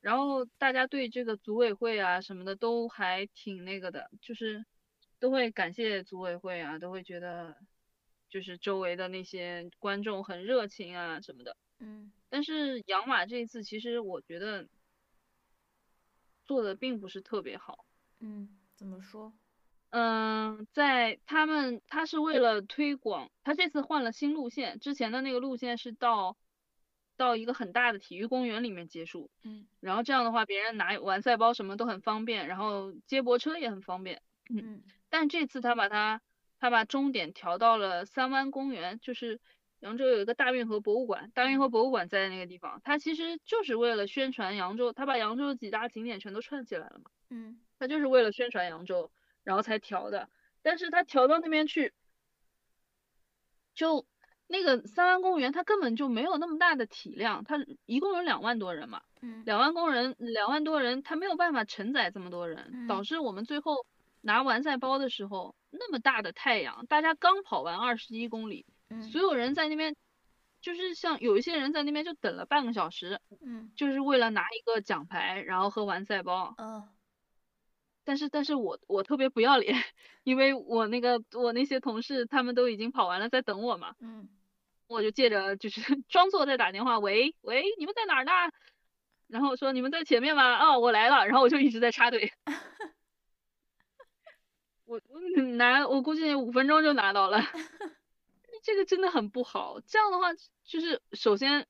Speaker 2: 然后大家对这个组委会啊什么的都还挺那个的，就是都会感谢组委会啊，都会觉得就是周围的那些观众很热情啊什么的。
Speaker 1: 嗯
Speaker 2: 但是养马这一次，其实我觉得做的并不是特别好。
Speaker 1: 嗯，怎么说？
Speaker 2: 嗯，在他们，他是为了推广，他这次换了新路线，之前的那个路线是到到一个很大的体育公园里面结束，
Speaker 1: 嗯
Speaker 2: 然后这样的话，别人拿完赛包什么都很方便，然后接驳车也很方便。
Speaker 1: 嗯
Speaker 2: 但这次他把它，他把终点调到了三湾公园，就是扬州有一个大运河博物馆，大运河博物馆在那个地方，它其实就是为了宣传扬州，他把扬州几大景点全都串起来了嘛，
Speaker 1: 嗯
Speaker 2: 他就是为了宣传扬州，然后才调的。但是他调到那边去，就那个三湾公园，它根本就没有那么大的体量，它一共有两万多人嘛。
Speaker 1: 嗯
Speaker 2: 两万工人，两万多人，他没有办法承载这么多人，
Speaker 1: 嗯
Speaker 2: 导致我们最后拿完赛包的时候，那么大的太阳，大家刚跑完二十一公里，
Speaker 1: 嗯
Speaker 2: 所有人在那边，就是像有一些人在那边就等了半个小时，
Speaker 1: 嗯
Speaker 2: 就是为了拿一个奖牌，然后喝完赛包。
Speaker 1: 嗯
Speaker 2: 但是，但是我我特别不要脸， 因为我那个我那些同事他们都已经跑完了，在等我嘛。
Speaker 1: 嗯
Speaker 2: 我就借着就是 装作在打电话，喂喂，你们在哪儿呢？然后我说你们在前面吗？哦，我来了。然后我就一直在插队。我我拿我估计五分钟就拿到了，这个真的很不好。这样的话，就是首先，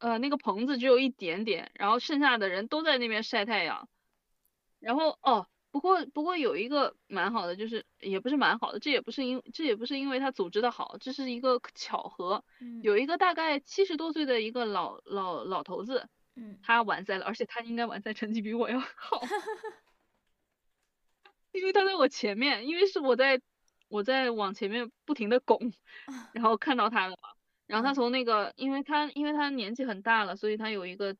Speaker 2: 呃，那个棚子只有一点点，然后剩下的人都在那边晒太阳。然后哦，不过不过有一个蛮好的，就是也不是蛮好的，这也不是因这也不是因为他组织的好，这是一个巧合。
Speaker 1: 嗯
Speaker 2: 有一个大概七十多岁的一个老老老头子，
Speaker 1: 嗯
Speaker 2: 他完赛了，而且他应该完赛成绩比我要好，因为他在我前面，因为是我在我在往前面不停的拱，然后看到他了嘛，然后他
Speaker 1: 嗯
Speaker 2: 从那个，因为他因为他年纪很大了，所以他有一个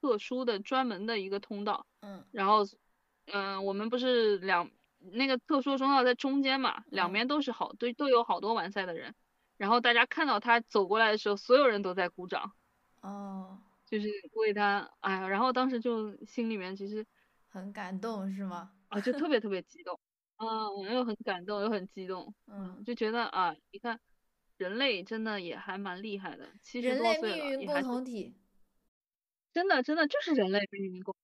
Speaker 2: 特殊的专门的一个通道，
Speaker 1: 嗯
Speaker 2: 然后，嗯、我们不是两那个特殊通道在中间嘛，两
Speaker 1: 嗯
Speaker 2: 边都是好，对，都有好多完赛的人。然后大家看到他走过来的时候，所有人都在鼓掌，
Speaker 1: 哦
Speaker 2: 就是为他，哎呀，然后当时就心里面其实
Speaker 1: 很感动是吗？
Speaker 2: 啊，就特别特别激动，啊，我又很感动，又很激动，
Speaker 1: 嗯，
Speaker 2: 就觉得啊，你看，人类真的也还蛮厉害的，七十
Speaker 1: 人
Speaker 2: 多
Speaker 1: 类
Speaker 2: 岁了，
Speaker 1: 命运
Speaker 2: 也还
Speaker 1: 共
Speaker 2: 是
Speaker 1: 同体。
Speaker 2: 真的真的就是人类命运共，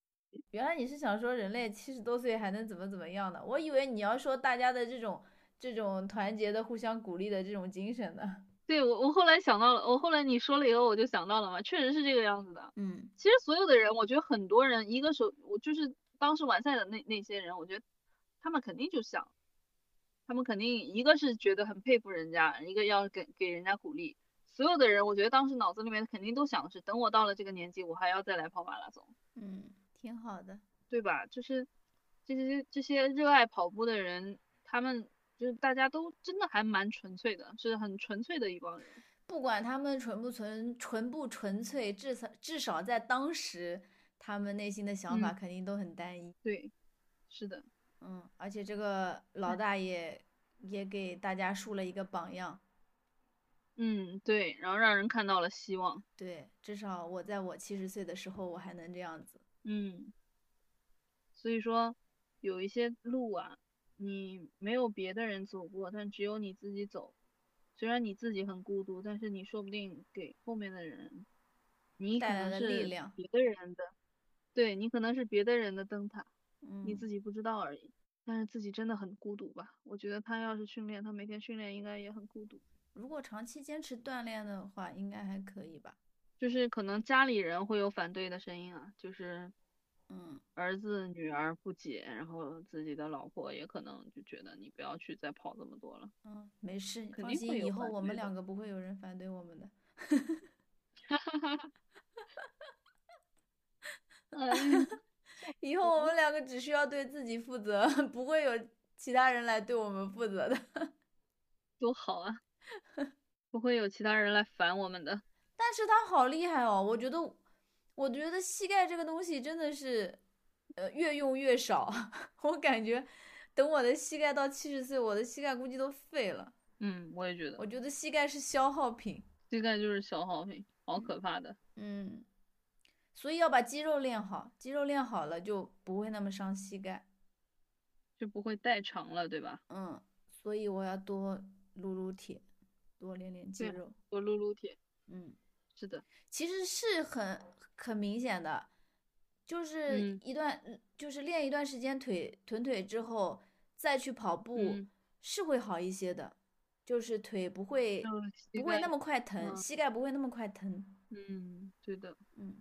Speaker 1: 原来你是想说人类七十多岁还能怎么怎么样呢？我以为你要说大家的这种这种团结的、互相鼓励的这种精神呢。
Speaker 2: 对我我后来想到了，我后来你说了以后我就想到了嘛，确实是这个样子的。
Speaker 1: 嗯
Speaker 2: 其实所有的人，我觉得很多人，一个手，我就是当时完赛的那那些人，我觉得他们肯定就想，他们肯定一个是觉得很佩服人家，一个要给给人家鼓励。所有的人，我觉得当时脑子里面肯定都想的是，等我到了这个年纪，我还要再来跑马拉松，
Speaker 1: 嗯，挺好的。
Speaker 2: 对吧？就是这些这些热爱跑步的人，他们就是大家都真的还蛮纯粹的，是很纯粹的一帮人。
Speaker 1: 不管他们纯不纯、纯不纯粹，至少至少在当时，他们内心的想法
Speaker 2: 嗯
Speaker 1: 肯定都很单一。
Speaker 2: 对，是的，
Speaker 1: 嗯，而且这个老大爷也给大家树了一个榜样。
Speaker 2: 嗯，对，然后让人看到了希望，
Speaker 1: 对，至少我在我七十岁的时候，我还能这样子。
Speaker 2: 嗯。所以说，有一些路啊，你没有别的人走过，但只有你自己走。虽然你自己很孤独，但是你说不定给后面的人，你可
Speaker 1: 带来
Speaker 2: 能
Speaker 1: 了
Speaker 2: 是
Speaker 1: 力量
Speaker 2: 别的人的，对你可能是别的人的灯塔，
Speaker 1: 嗯，
Speaker 2: 你自己不知道而已。但是自己真的很孤独吧？我觉得他要是训练，他每天训练应该也很孤独。
Speaker 1: 如果长期坚持锻炼的话，应该还可以吧？
Speaker 2: 就是可能家里人会有反对的声音啊，就是
Speaker 1: 嗯，
Speaker 2: 儿子女儿不解，然后自己的老婆也可能就觉得你不要去再跑这么多了。
Speaker 1: 嗯，没事，
Speaker 2: 肯
Speaker 1: 放
Speaker 2: 定
Speaker 1: 心，
Speaker 2: 会
Speaker 1: 以
Speaker 2: 有
Speaker 1: 后
Speaker 2: 反
Speaker 1: 我
Speaker 2: 对
Speaker 1: 们
Speaker 2: 的
Speaker 1: 两个不会有人反对我们的。
Speaker 2: 嗯，
Speaker 1: 以后我们两个只需要对自己负责， 不会有其他人来对我们负责的。
Speaker 2: 多好啊！不会有其他人来烦我们的。
Speaker 1: 但是他好厉害哦，我觉得，我觉得膝盖这个东西真的是，呃，越用越少。 我感觉，等我的膝盖到七十岁，我的膝盖估计都废了。
Speaker 2: 嗯，我也觉得
Speaker 1: 我觉得膝盖是消耗品，
Speaker 2: 膝盖就是消耗品，好可怕的。
Speaker 1: 嗯，所以要把肌肉练好，肌肉练好了就不会那么伤膝盖。
Speaker 2: 就不会代偿了，对吧？
Speaker 1: 嗯，所以我要多撸撸铁，多练练肌
Speaker 2: 对
Speaker 1: 肉。
Speaker 2: 我撸撸铁，
Speaker 1: 嗯。
Speaker 2: 是的，
Speaker 1: 其实是很很明显的，就是
Speaker 2: 嗯
Speaker 1: 一段、就是练一段时间腿臀腿之后，再去跑步、
Speaker 2: 嗯
Speaker 1: 是会好一些的，就是腿不会
Speaker 2: 就是膝
Speaker 1: 不会那
Speaker 2: 盖，
Speaker 1: 么快疼，
Speaker 2: 嗯
Speaker 1: 膝盖不会那么快疼。
Speaker 2: 嗯，对的。
Speaker 1: 嗯，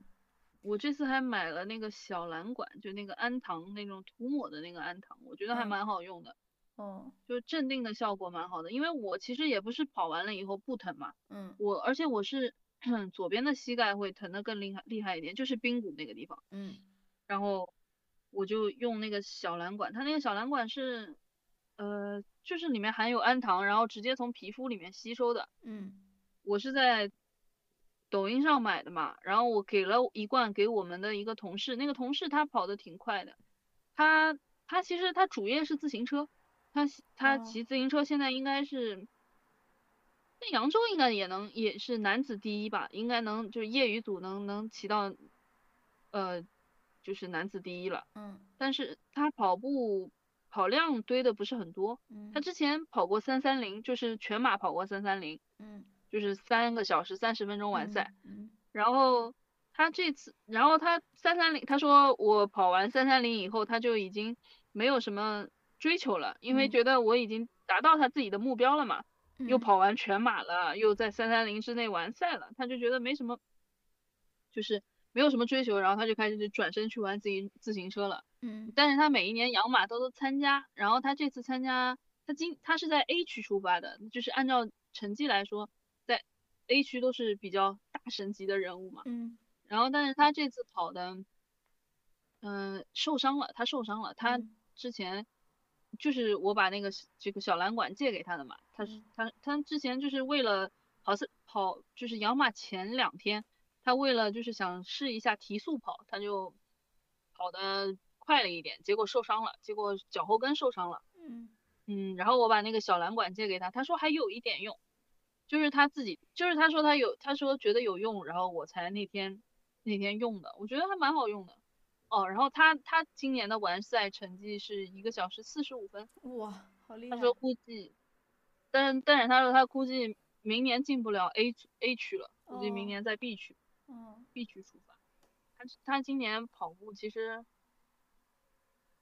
Speaker 2: 我这次还买了那个小蓝管，就那个氨糖那种涂抹的那个氨糖，我觉得还
Speaker 1: 嗯
Speaker 2: 蛮好用的，
Speaker 1: 哦，
Speaker 2: 就镇定的效果蛮好的。因为我其实也不是跑完了以后不疼嘛，
Speaker 1: 嗯
Speaker 2: 我而且我是 左边的膝盖会疼得更厉害厉害一点，就是髌骨那个地方。
Speaker 1: 嗯
Speaker 2: 然后我就用那个小蓝管，它那个小蓝管是，呃，就是里面含有氨糖，然后直接从皮肤里面吸收的。
Speaker 1: 嗯
Speaker 2: 我是在抖音上买的嘛，然后我给了一罐给我们的一个同事，那个同事他跑得挺快的，他他其实他主业是自行车，他骑他
Speaker 1: 哦
Speaker 2: 骑自行车现在应该是。那扬州应该也能，也是男子第一吧，应该能就是业余组能能骑到，呃，就是男子第一了。
Speaker 1: 嗯
Speaker 2: 但是他跑步跑量堆的不是很多，
Speaker 1: 嗯
Speaker 2: 他之前跑过三三零，就是全马跑过三三零，
Speaker 1: 嗯
Speaker 2: 就是三个小时三十分钟完赛。，
Speaker 1: 嗯
Speaker 2: 然后他这次，然后他三三零，他说我跑完三三零以后，他就已经没有什么追求了，因为
Speaker 1: 嗯
Speaker 2: 觉得我已经达到他自己的目标了嘛，
Speaker 1: 嗯
Speaker 2: 又跑完全马了，又在三三零之内完赛了，他就觉得没什么，就是没有什么追求，然后他就开始就转身去玩自行自行车了。
Speaker 1: 嗯
Speaker 2: 但是他每一年养马都都参加，然后他这次参加，他今他是在 A 区出发的，就是按照成绩来说，在 A 区都是比较大神级的人物嘛。
Speaker 1: 嗯
Speaker 2: 然后，但是他这次跑的，嗯、受伤了，他受伤了，他
Speaker 1: 嗯
Speaker 2: 之前就是我把那个小这个小蓝管借给他的嘛，他是
Speaker 1: 嗯
Speaker 2: 他他之前就是为了跑是跑就是养马前两天，他为了就是想试一下提速跑，他就跑的快了一点，结果受伤了，结果脚后跟受伤了。
Speaker 1: 嗯
Speaker 2: 嗯，然后我把那个小蓝管借给他，他说还有一点用，就是他自己，就是他说他有，他说觉得有用，然后我才那天那天用的，我觉得还蛮好用的。哦，然后他他今年的完赛成绩是一个小时四十五分，
Speaker 1: 哇，好厉害！
Speaker 2: 他说估计，但但是他说他估计明年进不了 A A 区了，估计
Speaker 1: 哦
Speaker 2: 明年在 B 区、
Speaker 1: 嗯
Speaker 2: B 区出发。他他今年跑步其实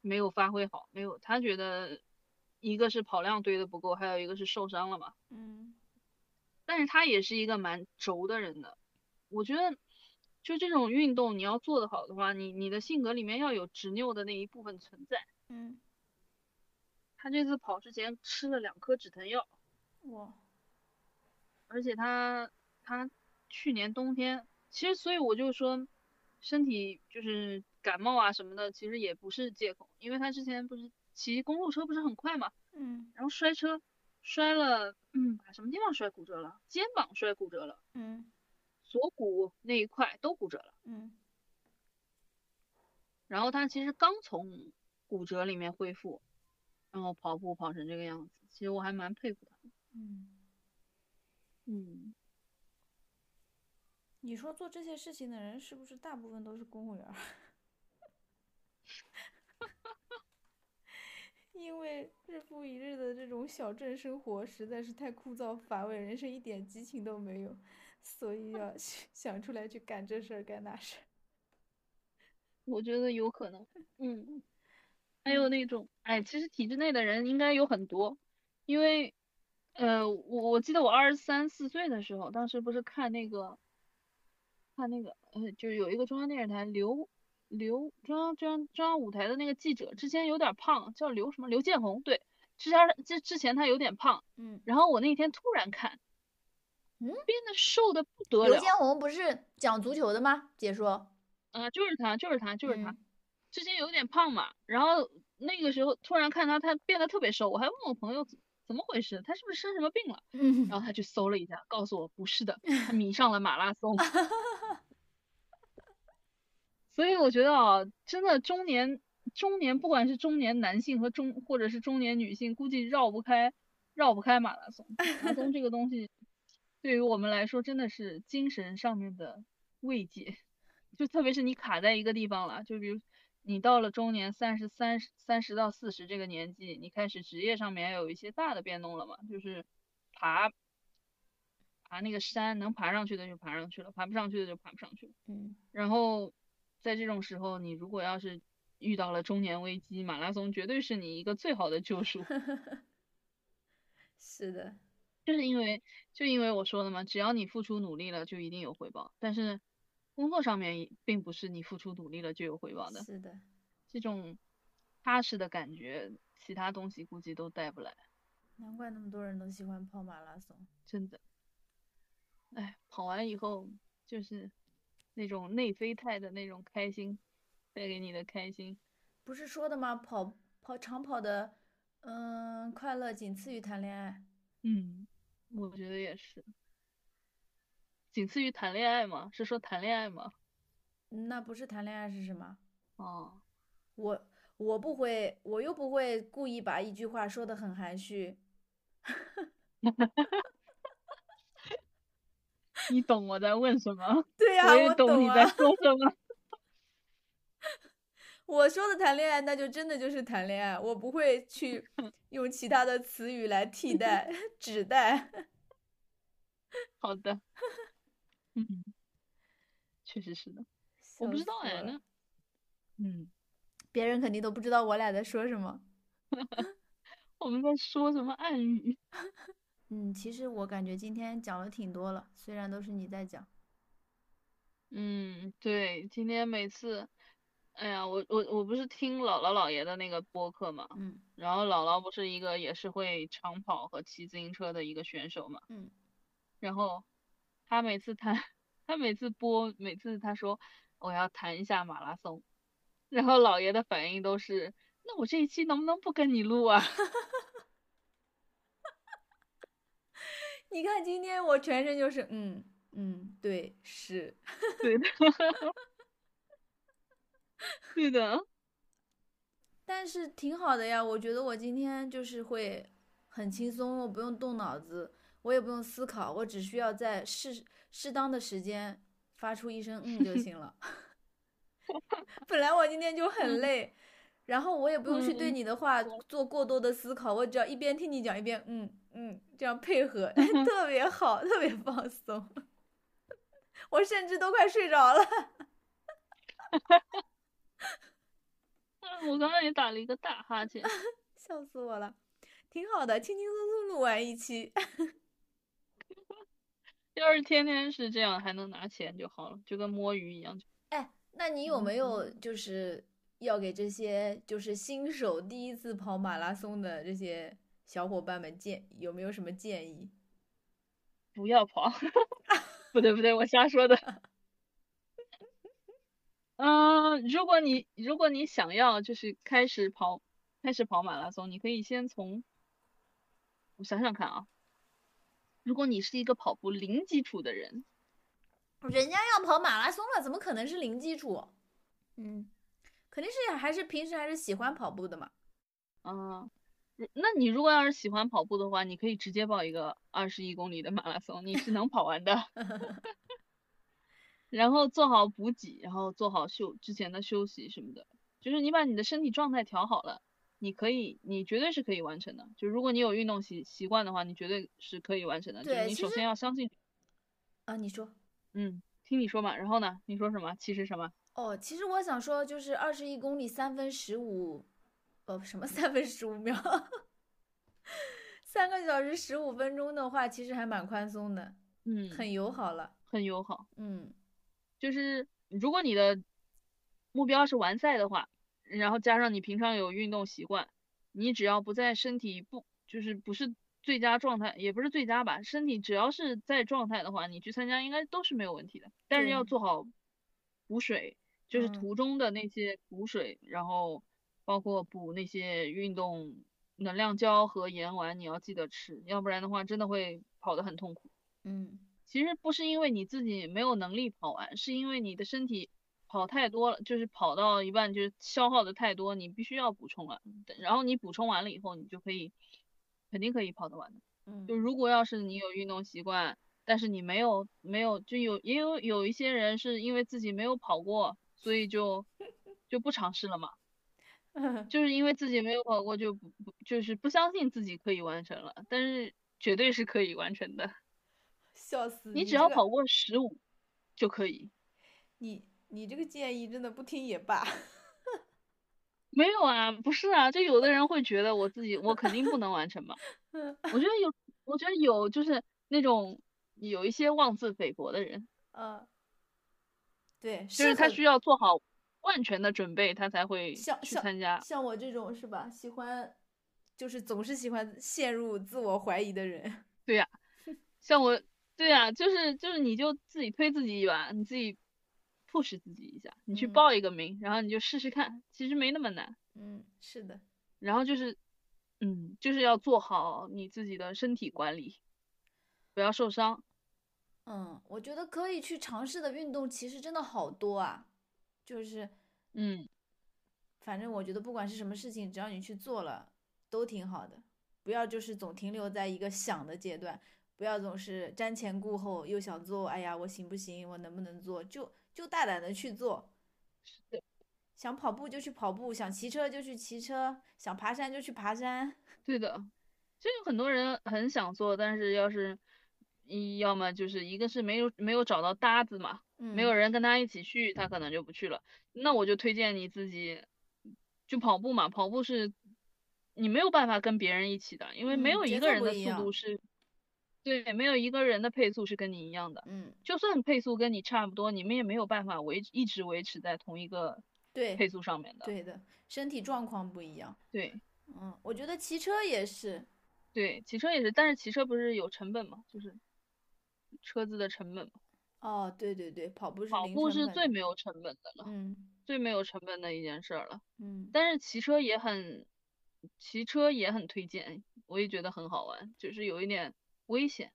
Speaker 2: 没有发挥好，没有他觉得一个是跑量堆的不够，还有一个是受伤了嘛。
Speaker 1: 嗯
Speaker 2: 但是他也是一个蛮轴的人的。我觉得，就这种运动，你要做得好的话，你你的性格里面要有执拗的那一部分存在。
Speaker 1: 嗯，
Speaker 2: 他这次跑之前吃了两颗止疼药，
Speaker 1: 哇，
Speaker 2: 而且他他去年冬天，其实所以我就说，身体就是感冒啊什么的，其实也不是借口，因为他之前不是骑公路车不是很快嘛，
Speaker 1: 嗯
Speaker 2: 然后摔车摔了，嗯，把什么地方摔骨折了？肩膀摔骨折了，
Speaker 1: 嗯
Speaker 2: 锁骨那一块都骨折了。
Speaker 1: 嗯
Speaker 2: 然后他其实刚从骨折里面恢复，然后跑步跑成这个样子，其实我还蛮佩服他。
Speaker 1: 嗯，
Speaker 2: 嗯，
Speaker 1: 你说做这些事情的人是不是大部分都是公务员儿？ 因为日复一日的这种小镇生活实在是太枯燥乏味，人生一点激情都没有，所以要 想出来去干这事儿干那事儿。
Speaker 2: 我觉得有可 能。嗯，还有那种，哎，其实体制内的人应该有很多，因为，呃，我我记得我二十三四岁的时候，当时不是看那个，看那个，呃，就是有一个中央电视台刘刘中央中央中央舞台的那个记者，之前有点胖，叫刘什么刘建宏，对，之前之之前他有点胖。
Speaker 1: 嗯，
Speaker 2: 然后我那天突然看，
Speaker 1: 嗯
Speaker 2: 变得瘦的不得
Speaker 1: 刘
Speaker 2: 了，
Speaker 1: 建宏不是讲足球的吗？解说，
Speaker 2: 啊、就是他，就是他，就是他，
Speaker 1: 嗯
Speaker 2: 之前有点胖嘛，然后那个时候突然看他，他变得特别瘦，我还问我朋友怎怎么回事，他是不是生什么病了？
Speaker 1: 嗯
Speaker 2: 然后他去搜了一下，告诉我不是的，他迷上了马拉松。所以我觉得啊，真的中年中年，不管是中年男性和中或者是中年女性，估计绕不开绕不开马拉松。马拉松这个东西，对于我们来说真的是精神上面的慰藉，就特别是你卡在一个地方了，就比如。你到了中年三十三十三十到四十这个年纪，你开始职业上面有一些大的变动了嘛，就是爬爬那个山，能爬上去的就爬上去了，爬不上去的就爬不上去了。
Speaker 1: 嗯
Speaker 2: 然后在这种时候，你如果要是遇到了中年危机，马拉松绝对是你一个最好的救赎。
Speaker 1: 是的，
Speaker 2: 就是因为就因为我说的嘛，只要你付出努力了，就一定有回报。但是工作上面也并不是你付出努力了就有回报的，
Speaker 1: 是的，
Speaker 2: 这种踏实的感觉，其他东西估计都带不来，
Speaker 1: 难怪那么多人都喜欢跑马拉松。
Speaker 2: 真的。哎，跑完以后就是那种内啡肽的那种开心，带给你的开心。
Speaker 1: 不是说的吗？跑跑长跑的，嗯，快乐仅次于谈恋爱。
Speaker 2: 嗯，我觉得也是，仅次于谈恋爱吗？是说谈恋爱吗？
Speaker 1: 那不是谈恋爱是什么？
Speaker 2: 哦，
Speaker 1: 我我不会，我又不会故意把一句话说的很含蓄。
Speaker 2: 你懂我在问什么，
Speaker 1: 对呀、
Speaker 2: 我也
Speaker 1: 我
Speaker 2: 懂你
Speaker 1: 啊。
Speaker 2: 在说什么。
Speaker 1: 我说的谈恋爱，那就真的就是谈恋爱，我不会 去用其他的词语来替代、指代。
Speaker 2: 好的，嗯，确实是的， 我不
Speaker 1: 笑
Speaker 2: 知道
Speaker 1: 死
Speaker 2: 哎，
Speaker 1: 我了
Speaker 2: 那，嗯，
Speaker 1: 别人肯定都不知道我俩在说什么。
Speaker 2: 我们在说什么暗语？
Speaker 1: 嗯，其实我感觉今天讲了挺多了，虽然都是你在讲。
Speaker 2: 嗯，对，今天每次，哎呀，我我我不是听姥姥姥爷的那个播客嘛，
Speaker 1: 嗯
Speaker 2: 然后姥姥不是一个也是会长跑和骑自行车的一个选手嘛，
Speaker 1: 嗯
Speaker 2: 然后他每次谈，他每次播，每次他说我要谈一下马拉松，然后姥爷的反应都是，那我这一期能不能不跟你录啊？
Speaker 1: 你看，今天我全身就是嗯嗯，对，是，
Speaker 2: 对的，对的，
Speaker 1: 但是挺好的呀。我觉得我今天就是会很轻松，我不用动脑子，我也不用思考，我只需要在适适当的时间发出一声 嗯就行了。 本来我今天就很累，然后我也不用去对
Speaker 2: 嗯
Speaker 1: 你的话
Speaker 2: 我
Speaker 1: 做过多的思考，我只要一边听你讲一边嗯嗯这样配 合，哎特别好，特别放松。 我甚至都快睡着了。
Speaker 2: 嗯我刚刚也打了一个大哈欠。
Speaker 1: 笑死我了，挺好的，轻轻松松录完一期，
Speaker 2: 要是天天是这样，还能拿钱就好了，就跟摸鱼一样。
Speaker 1: 哎，那你有没有
Speaker 2: 嗯
Speaker 1: 就是要给这些就是新手第一次跑马拉松的这些小伙伴们建，有没有什么建议？
Speaker 2: 不要跑， 不对不对，我瞎说的。嗯、如果你如果你想要就是开始跑开始跑马拉松，你可以先从我想想看啊，如果你是一个跑步零基础的人，
Speaker 1: 人家要跑马拉松了，怎么可能是零基础？嗯，肯定是还是平时还是喜欢跑步的嘛。
Speaker 2: 嗯、如那你如果要是喜欢跑步的话，你可以直接报一个二十一公里的马拉松，你是能跑 完的。然后做好补给，然后做好休之前的休息什么的，就是你把你的身体状态调好了，你可以，你绝对是可以完成的。就如果你有运动习习惯的话，你绝对是可以完成的。就是
Speaker 1: 对
Speaker 2: 你
Speaker 1: 其
Speaker 2: 首
Speaker 1: 实
Speaker 2: 先要相信，
Speaker 1: 啊，你说。
Speaker 2: 嗯，听你说嘛。然后呢，你说什么？其实什么？
Speaker 1: 哦，其实我想说，就是二十一公里三分十五，呃，什么三分十五秒， 三个小时十五分钟的话，其实还蛮宽松的，
Speaker 2: 嗯，
Speaker 1: 很友好了。
Speaker 2: 很友好。
Speaker 1: 嗯，
Speaker 2: 就是如果你的目标是完赛的话，然后加上你平常有运动习惯，你只要不在身体不就是不是最佳状态，也不是最佳吧，身体只要是在状态的话，你去参加应该都是没有问题的。但是要
Speaker 1: 对
Speaker 2: 做好补水，就是
Speaker 1: 嗯
Speaker 2: 途中的那些补水，然后包括补那些运动能量胶和盐丸，你要记得吃，要不然的话真的会跑得很痛苦。
Speaker 1: 嗯，
Speaker 2: 其实不是因为你自己没有能力跑完，是因为你的身体跑太多了，就是跑到一半就是消耗的太多，你必须要补充完。等然后你补充完了以后，你就可以肯定可以跑得完的。
Speaker 1: 嗯
Speaker 2: 就如果要是你有运动习惯，但是你没有没有就有也有有一些人是因为自己没有跑过，所以就就不尝试了嘛。就是因为自己没有跑过，就不不就是不相信自己可以完成了，但是绝对是可以完成的。
Speaker 1: 笑死
Speaker 2: 你
Speaker 1: 嗯
Speaker 2: 只
Speaker 1: 这
Speaker 2: 要
Speaker 1: 个
Speaker 2: 跑过十五就可以。
Speaker 1: 你你这个建议真的不听也罢。
Speaker 2: 没有啊，不是啊，就有的人会觉得我自己我肯定不能完 成嘛。
Speaker 1: 嗯
Speaker 2: 我觉得有，我觉得有就是那种有一些妄自菲薄的人，
Speaker 1: 嗯，对，
Speaker 2: 就是他
Speaker 1: 很
Speaker 2: 需要做好万全的准备，他才会
Speaker 1: 像
Speaker 2: 去
Speaker 1: 像
Speaker 2: 参加。
Speaker 1: 像我这种是吧？喜欢就是总是喜欢陷入自我怀疑的人。
Speaker 2: 像我，对呀，就是就是你就自己推自己一把，你自己 push 自己一下，你去
Speaker 1: 嗯
Speaker 2: 报一个名，然后你就试试看，其实没那么难。
Speaker 1: 嗯，是的。
Speaker 2: 然后就是，嗯，就是要做好你自己的身体管理，不要受伤。
Speaker 1: 嗯，我觉得可以去尝试的运动其实真的好多啊，就是
Speaker 2: 嗯，
Speaker 1: 反正我觉得不管是什么事情，只要你去做了，都挺好的。不要就是总停留在一个想的阶段，不要总是瞻前顾后，又想做，哎呀，我行不行？我能不能做？就就大胆的去做，想跑步就去跑步，想骑车就去骑车，想爬山就去爬山。
Speaker 2: 对的，就有很多人很想做，但是要是一要么就是一个是没有没有找到搭子嘛，
Speaker 1: 嗯，
Speaker 2: 没有人跟他一起去，他可能就不去了。那我就推荐你自己就跑步嘛，跑步是你没有办法跟别人一起的，因为没
Speaker 1: 嗯
Speaker 2: 有
Speaker 1: 节
Speaker 2: 一
Speaker 1: 奏
Speaker 2: 个人
Speaker 1: 不
Speaker 2: 的
Speaker 1: 一
Speaker 2: 速
Speaker 1: 样
Speaker 2: 度是，对，没有一个人的配速是跟你一样的。
Speaker 1: 嗯，
Speaker 2: 就算配速跟你差不多，你们也没有办法维一直维持在同一个
Speaker 1: 对
Speaker 2: 配速上面的。
Speaker 1: 对的，身体状况不一样。
Speaker 2: 对
Speaker 1: 嗯，我觉得骑车也是，
Speaker 2: 对，骑车也是，但是骑车不是有成本嘛，就是车子的成本嘛。
Speaker 1: 哦，对对对，跑步是
Speaker 2: 跑
Speaker 1: 零
Speaker 2: 步
Speaker 1: 成
Speaker 2: 是
Speaker 1: 本
Speaker 2: 最
Speaker 1: 的
Speaker 2: 没有成本的了，
Speaker 1: 嗯
Speaker 2: 最没有成本的一件事儿了。
Speaker 1: 嗯，
Speaker 2: 但是骑车也很，骑车也很推荐，我也觉得很好玩，只是有一点危险。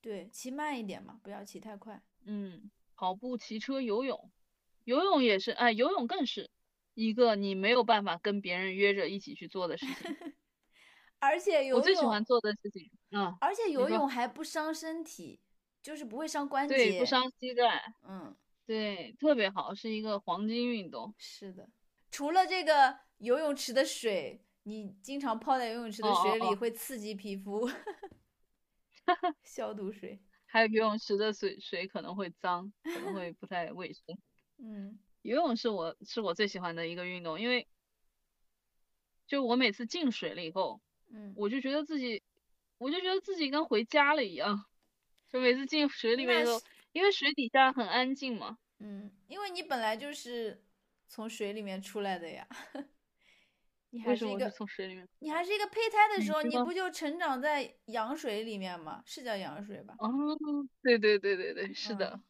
Speaker 1: 对，骑慢一点嘛，不要骑太快。
Speaker 2: 嗯，跑步、骑车、游泳，游泳也是，哎，游泳更是一个你没有办法跟别人约着一起去做的事情。
Speaker 1: 而且游
Speaker 2: 我
Speaker 1: 泳，
Speaker 2: 最喜欢做的事情，嗯，
Speaker 1: 而且游
Speaker 2: 说
Speaker 1: 泳还不伤身体，就是不会伤关
Speaker 2: 对，
Speaker 1: 节
Speaker 2: 不。伤膝盖，
Speaker 1: 嗯，
Speaker 2: 对，特别好，是一个黄金运动。
Speaker 1: 是的。除了这个游泳池的水，你经常泡在游泳池的
Speaker 2: 哦
Speaker 1: 水
Speaker 2: 哦
Speaker 1: 里
Speaker 2: 哦
Speaker 1: 会刺激皮 肤，消毒水。
Speaker 2: 还有游泳池的水水可能会脏，可能会不太卫生。
Speaker 1: 嗯
Speaker 2: 游泳是我是我最喜欢的一个运动，因为就我每次进水了以后，
Speaker 1: 嗯，
Speaker 2: 我就觉得自己，我就觉得自己跟回家了一样，就每次进水里面
Speaker 1: 那
Speaker 2: 以后
Speaker 1: 是，
Speaker 2: 因为水底下很安静嘛，
Speaker 1: 嗯，因为你本来就是从水里面出来的呀， 你还
Speaker 2: 为什
Speaker 1: 是
Speaker 2: 么
Speaker 1: 一
Speaker 2: 我就
Speaker 1: 个
Speaker 2: 从水里面？
Speaker 1: 你还是一个胚胎的
Speaker 2: 你
Speaker 1: 时候，
Speaker 2: 知
Speaker 1: 你
Speaker 2: 道
Speaker 1: 不就成长在羊水里面吗？是叫羊水吧？
Speaker 2: 哦，对对对对对，是的
Speaker 1: 嗯，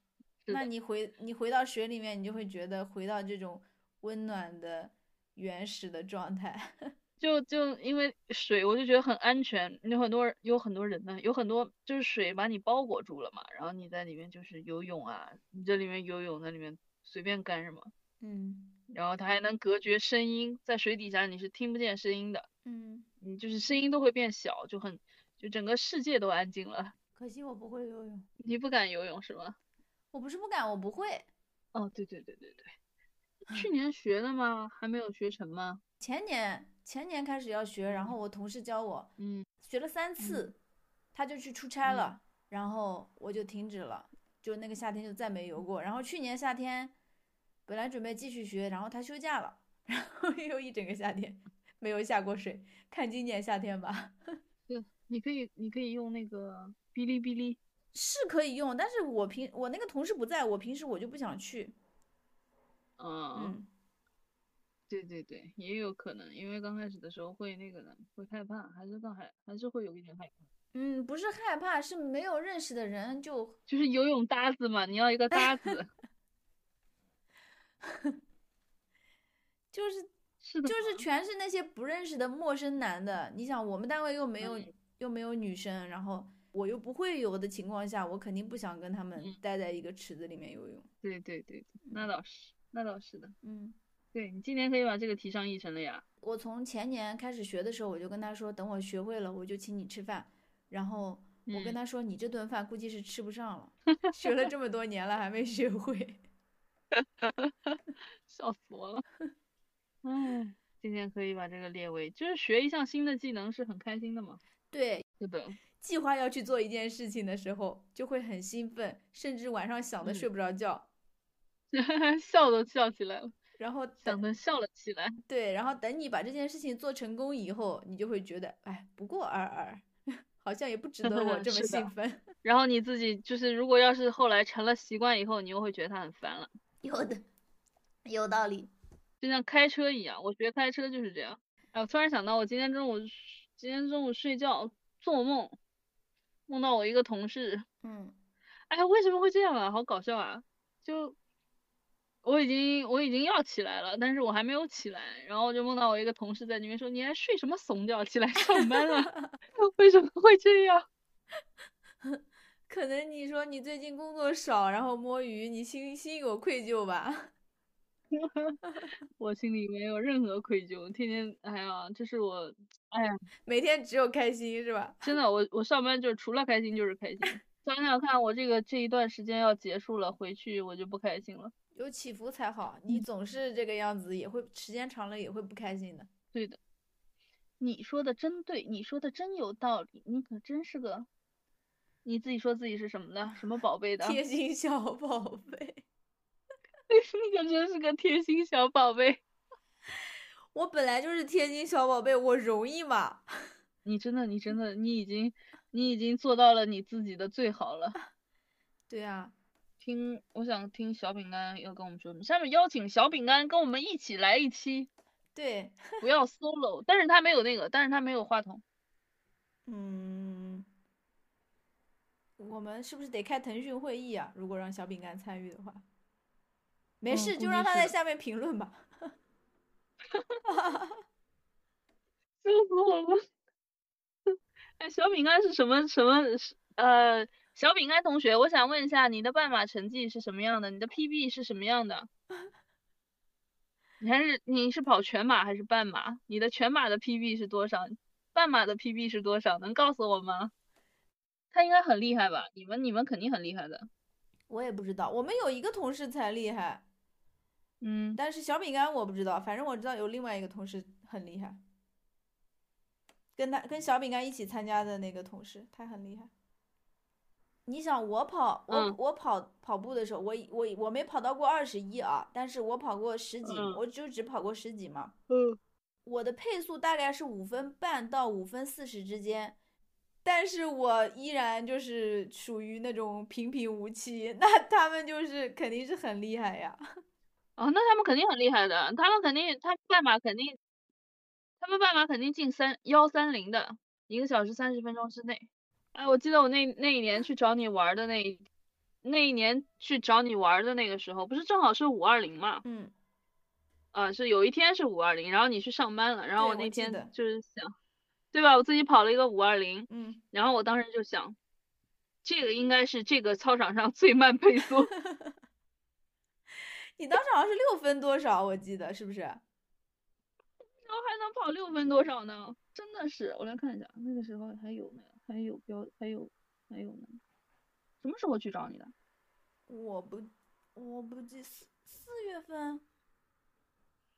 Speaker 2: 是
Speaker 1: 那
Speaker 2: 的，
Speaker 1: 你回你回到水里面，你就会觉得回到这种温暖的原始的状态。
Speaker 2: 就就因为水，我就觉得很安全，有很多人有很多人呢，有很多就是水把你包裹住了嘛，然后你在里面就是游泳啊，你这里面游泳，那里面随便干什么。
Speaker 1: 嗯
Speaker 2: 然后它还能隔绝声音，在水底下你是听不见声音的，
Speaker 1: 嗯，
Speaker 2: 你就是声音都会变小，就很就整个世界都安静了。
Speaker 1: 可惜我不会游泳，
Speaker 2: 你不敢游泳是吗？
Speaker 1: 我不是不敢，我不会。
Speaker 2: 哦，对对对对对，去年学的吗？还没有学成吗？
Speaker 1: 前年前年开始要学，然后我同事教我，
Speaker 2: 嗯
Speaker 1: 学了三次，他就去出差
Speaker 2: 嗯
Speaker 1: 了，然后我就停止了，就那个夏天就再没游过。然后去年夏天本来准备继续学，然后他休假了， 然后又一整个夏天没有下过水，看今年夏天吧。
Speaker 2: 对，你可以你可以用那个哔哩哔哩。
Speaker 1: 是可以用，但是我平我那个同事不在，我平时我就不想去。
Speaker 2: 嗯，
Speaker 1: 嗯，
Speaker 2: 对对对，也有可能，因为刚开始的时候会那个的，会害怕，还是刚还还是会有一点害怕。
Speaker 1: 嗯，不是害怕，是没有认识的人就
Speaker 2: 就是游泳搭子嘛，你要一个搭 子，
Speaker 1: 就是
Speaker 2: 是的
Speaker 1: 就
Speaker 2: 嘛，
Speaker 1: 是全是那些不认识的陌生男的。你想，我们单位又没有、
Speaker 2: 嗯
Speaker 1: 又没有女生，然后我又不会游的情况下，我肯定不想跟他们
Speaker 2: 嗯
Speaker 1: 待在一个池子里面游泳。
Speaker 2: 对对对对，那倒是，那倒是的。
Speaker 1: 嗯，
Speaker 2: 对你今年可以把这个提上议程了呀。
Speaker 1: 我从前年开始学的时候，我就跟他说，等我学会了，我就请你吃饭。然后我跟
Speaker 2: 嗯
Speaker 1: 他说，你这顿饭估计是吃不上了，学了这么多年了还没学会。
Speaker 2: 笑死我了。 唉，今年可以把这个列为，就是学一项新的技能是很开心的嘛。
Speaker 1: 对，
Speaker 2: 是的，
Speaker 1: 计划要去做一件事情的时候，就会很兴奋，甚至晚上想的
Speaker 2: 嗯
Speaker 1: 睡不着觉，
Speaker 2: 笑都笑起来了，
Speaker 1: 然后
Speaker 2: 想
Speaker 1: 等
Speaker 2: 的笑了起来。
Speaker 1: 对，然后等你把这件事情做成功以后，你就会觉得，哎，不过尔尔， 好像也不值得 我这么
Speaker 2: 是的
Speaker 1: 兴奋。
Speaker 2: 然后你自己就是，如果要是后来成了习惯以后，你又会觉得它很烦了，
Speaker 1: 有的，有道理。
Speaker 2: 就像开车一样。我学开车就是这样。哎，我突然想到，我今天中午睡，今天中午睡觉做梦，梦到我一个同事，
Speaker 1: 嗯
Speaker 2: 哎，为什么会这样啊？好搞笑啊！就我已经我已经要起来了，但是我还没有起来，然后我就梦到我一个同事在那边说：“你还睡什么怂觉？起来上班了， 为什么会这样
Speaker 1: 可能你说你最近工作少，然后摸鱼，你心心有愧疚吧？？”
Speaker 2: 我心里没有任何愧疚，天天哎呀，这是我哎呀，
Speaker 1: 每天只有开心是吧？
Speaker 2: 真的我我上班就是除了开心就是开心。想想看，我这个这一段时间要结束了，回去我就不开心了。
Speaker 1: 有起伏才好，你总是这个样子，也会时间长了也会不开心的。
Speaker 2: 对的，你说的真对，你说的真有道理，你可真是个，你自己说自己是什么的，什么宝贝的，
Speaker 1: 贴心小宝贝。
Speaker 2: 你可真是个贴心小宝贝，
Speaker 1: 我本来就是贴心小宝贝，我容易吗？
Speaker 2: 你真的，你真的，你已经，你已经做到了你自己的最好了。
Speaker 1: 对啊，
Speaker 2: 听，我想听小饼干要跟我们说什么，下面邀请小饼干跟我们一起来一期，
Speaker 1: 对，
Speaker 2: 不要 solo，但是他没有那个，但是他没有话筒，
Speaker 1: 嗯，我们是不是得开腾讯会议啊？如果让小饼干参与的话，没
Speaker 2: 嗯
Speaker 1: 事，
Speaker 2: 估
Speaker 1: 就让
Speaker 2: 计
Speaker 1: 他
Speaker 2: 是
Speaker 1: 在
Speaker 2: 的
Speaker 1: 下面评论吧。
Speaker 2: 笑死我了。哎，小饼干是什么什么是？呃，小饼干同学，我想问一下，你的半马成绩是什么样的？你的 PB 是什么样的？ 你还是你是跑全马还是半马？你的全马的 PB 是多少？半马的 PB 是多少？能告诉我吗？他应该很厉害吧？你们你们肯定很厉害的。
Speaker 1: 我也不知道，我们有一个同事才厉害，
Speaker 2: 嗯，
Speaker 1: 但是小饼干我不知道，反正我知道有另外一个同事很厉害，跟他跟小饼干一起参加的那个同事，他很厉害。你想我跑我、
Speaker 2: 嗯
Speaker 1: 我跑跑步的时候，我我我没跑到过二十一啊，但是我跑过十几，
Speaker 2: 嗯
Speaker 1: 我就只跑过十几嘛。
Speaker 2: 嗯，
Speaker 1: 我的配速大概是五分半到五分四十之间，但是我依然就是属于那种平平无奇， 那他们就是肯定是很厉害呀。
Speaker 2: 哦，那他们肯定很厉害的，他们肯定，他们半马肯定，他们半马肯定进三幺三零的，一个小时三十分钟之内。哎，我记得我那那一年去找你玩儿的那一，那一年去找你玩儿的那个时候，不是正好是五二零嘛？
Speaker 1: 嗯，
Speaker 2: 啊，是有一天是五二零，然后你去上班了，然后
Speaker 1: 对
Speaker 2: 我
Speaker 1: 我
Speaker 2: 那
Speaker 1: 记得
Speaker 2: 天就是想，对吧？我自己跑了一个五二零，
Speaker 1: 嗯，
Speaker 2: 然后我当时就想，这个应该是这个操场上最慢配速，
Speaker 1: 你当时好像是六分多少，我记得是不是？
Speaker 2: 然后还能跑六分多少呢？真的是，我来看一下，那个时候还有没有？还有标，还有还有呢？什么时候去找你的？
Speaker 1: 我不，我不记四四月份，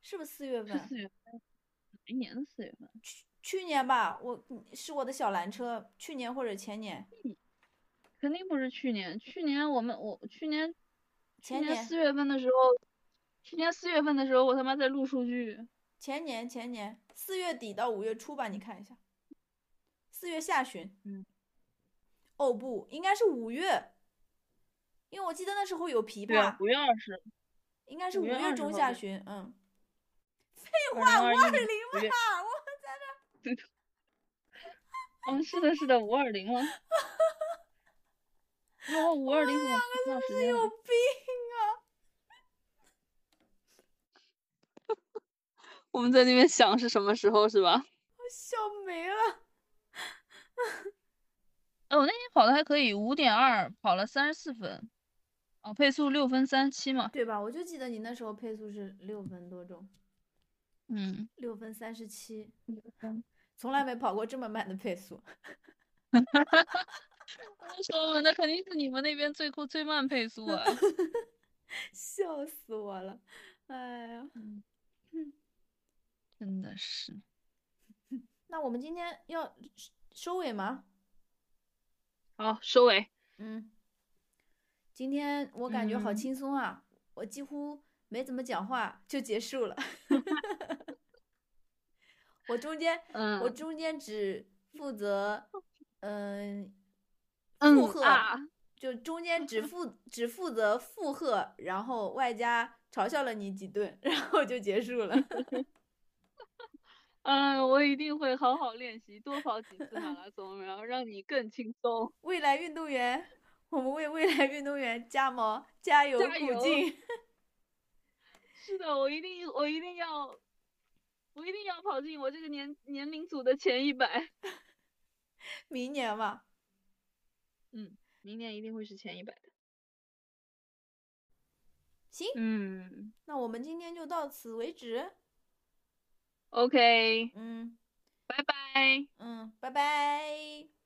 Speaker 1: 是不是四月
Speaker 2: 是
Speaker 1: 份？
Speaker 2: 四月份，哪一年的四月份？
Speaker 1: 去去年吧，我是我的小蓝车，去年或者前年，
Speaker 2: 肯定不是去年，去年我们我去年去
Speaker 1: 前年
Speaker 2: 四月份的时候，去年四月份的时候我他妈在录数据，
Speaker 1: 前年前年四月底到五月初吧，你看一下，四月下旬，
Speaker 2: 嗯，
Speaker 1: 哦不，应该是五月，因为我记得那时候有琵
Speaker 2: 对啊
Speaker 1: 琶，，
Speaker 2: 五月二十，
Speaker 1: 应该是
Speaker 2: 5
Speaker 1: 五
Speaker 2: 月
Speaker 1: 月
Speaker 2: 20
Speaker 1: 中
Speaker 2: 号
Speaker 1: 下
Speaker 2: 对
Speaker 1: 旬，嗯，
Speaker 2: 废话，哎五二
Speaker 1: 二
Speaker 2: 零
Speaker 1: 零
Speaker 2: 五月，
Speaker 1: 八，我
Speaker 2: 嗯，是的，是的，五二零了。然后五二零怎么不到时间
Speaker 1: 有
Speaker 2: 了？
Speaker 1: 病啊！
Speaker 2: 我们在那边想是什么时候是吧？
Speaker 1: 我笑没了，
Speaker 2: 哎，我那天跑的还可以，五点二跑了三十四分，哦，配速六分三七嘛。
Speaker 1: 对吧？我就记得你那时候配速是六分多钟，
Speaker 2: 嗯，
Speaker 1: 六分三十七，从来没跑过这么慢的配速。
Speaker 2: 我说那肯定是你们那边最快最慢配速啊。
Speaker 1: 笑死我了！哎呀，
Speaker 2: 嗯， 真的是。
Speaker 1: 那我们今天要收收尾吗？
Speaker 2: 好，收尾。
Speaker 1: 嗯，今天我感觉好
Speaker 2: 嗯
Speaker 1: 轻松啊，我几乎没怎么讲话就结束了。 我中间
Speaker 2: 嗯，
Speaker 1: 我中间只负责，嗯、附
Speaker 2: 嗯
Speaker 1: 和
Speaker 2: 啊，
Speaker 1: 就中间只 负只负责附和，然后外加嘲笑了你几顿， 然后就结束了。
Speaker 2: 嗯，我一定会好好练习，多跑几次马拉松，然后让你更轻松。
Speaker 1: 未来运动员，我们为未来运动员加毛加油
Speaker 2: 加
Speaker 1: 鼓
Speaker 2: 油
Speaker 1: 劲。
Speaker 2: 是的，我一定，我一定要，我一定要跑进我这个年年龄组的前一百。
Speaker 1: 明年嘛，
Speaker 2: 明年一定会是前一百的。
Speaker 1: 行，
Speaker 2: 嗯
Speaker 1: 那我们今天就到此为止。
Speaker 2: ，OK，
Speaker 1: 嗯
Speaker 2: 拜拜。
Speaker 1: 嗯，拜拜。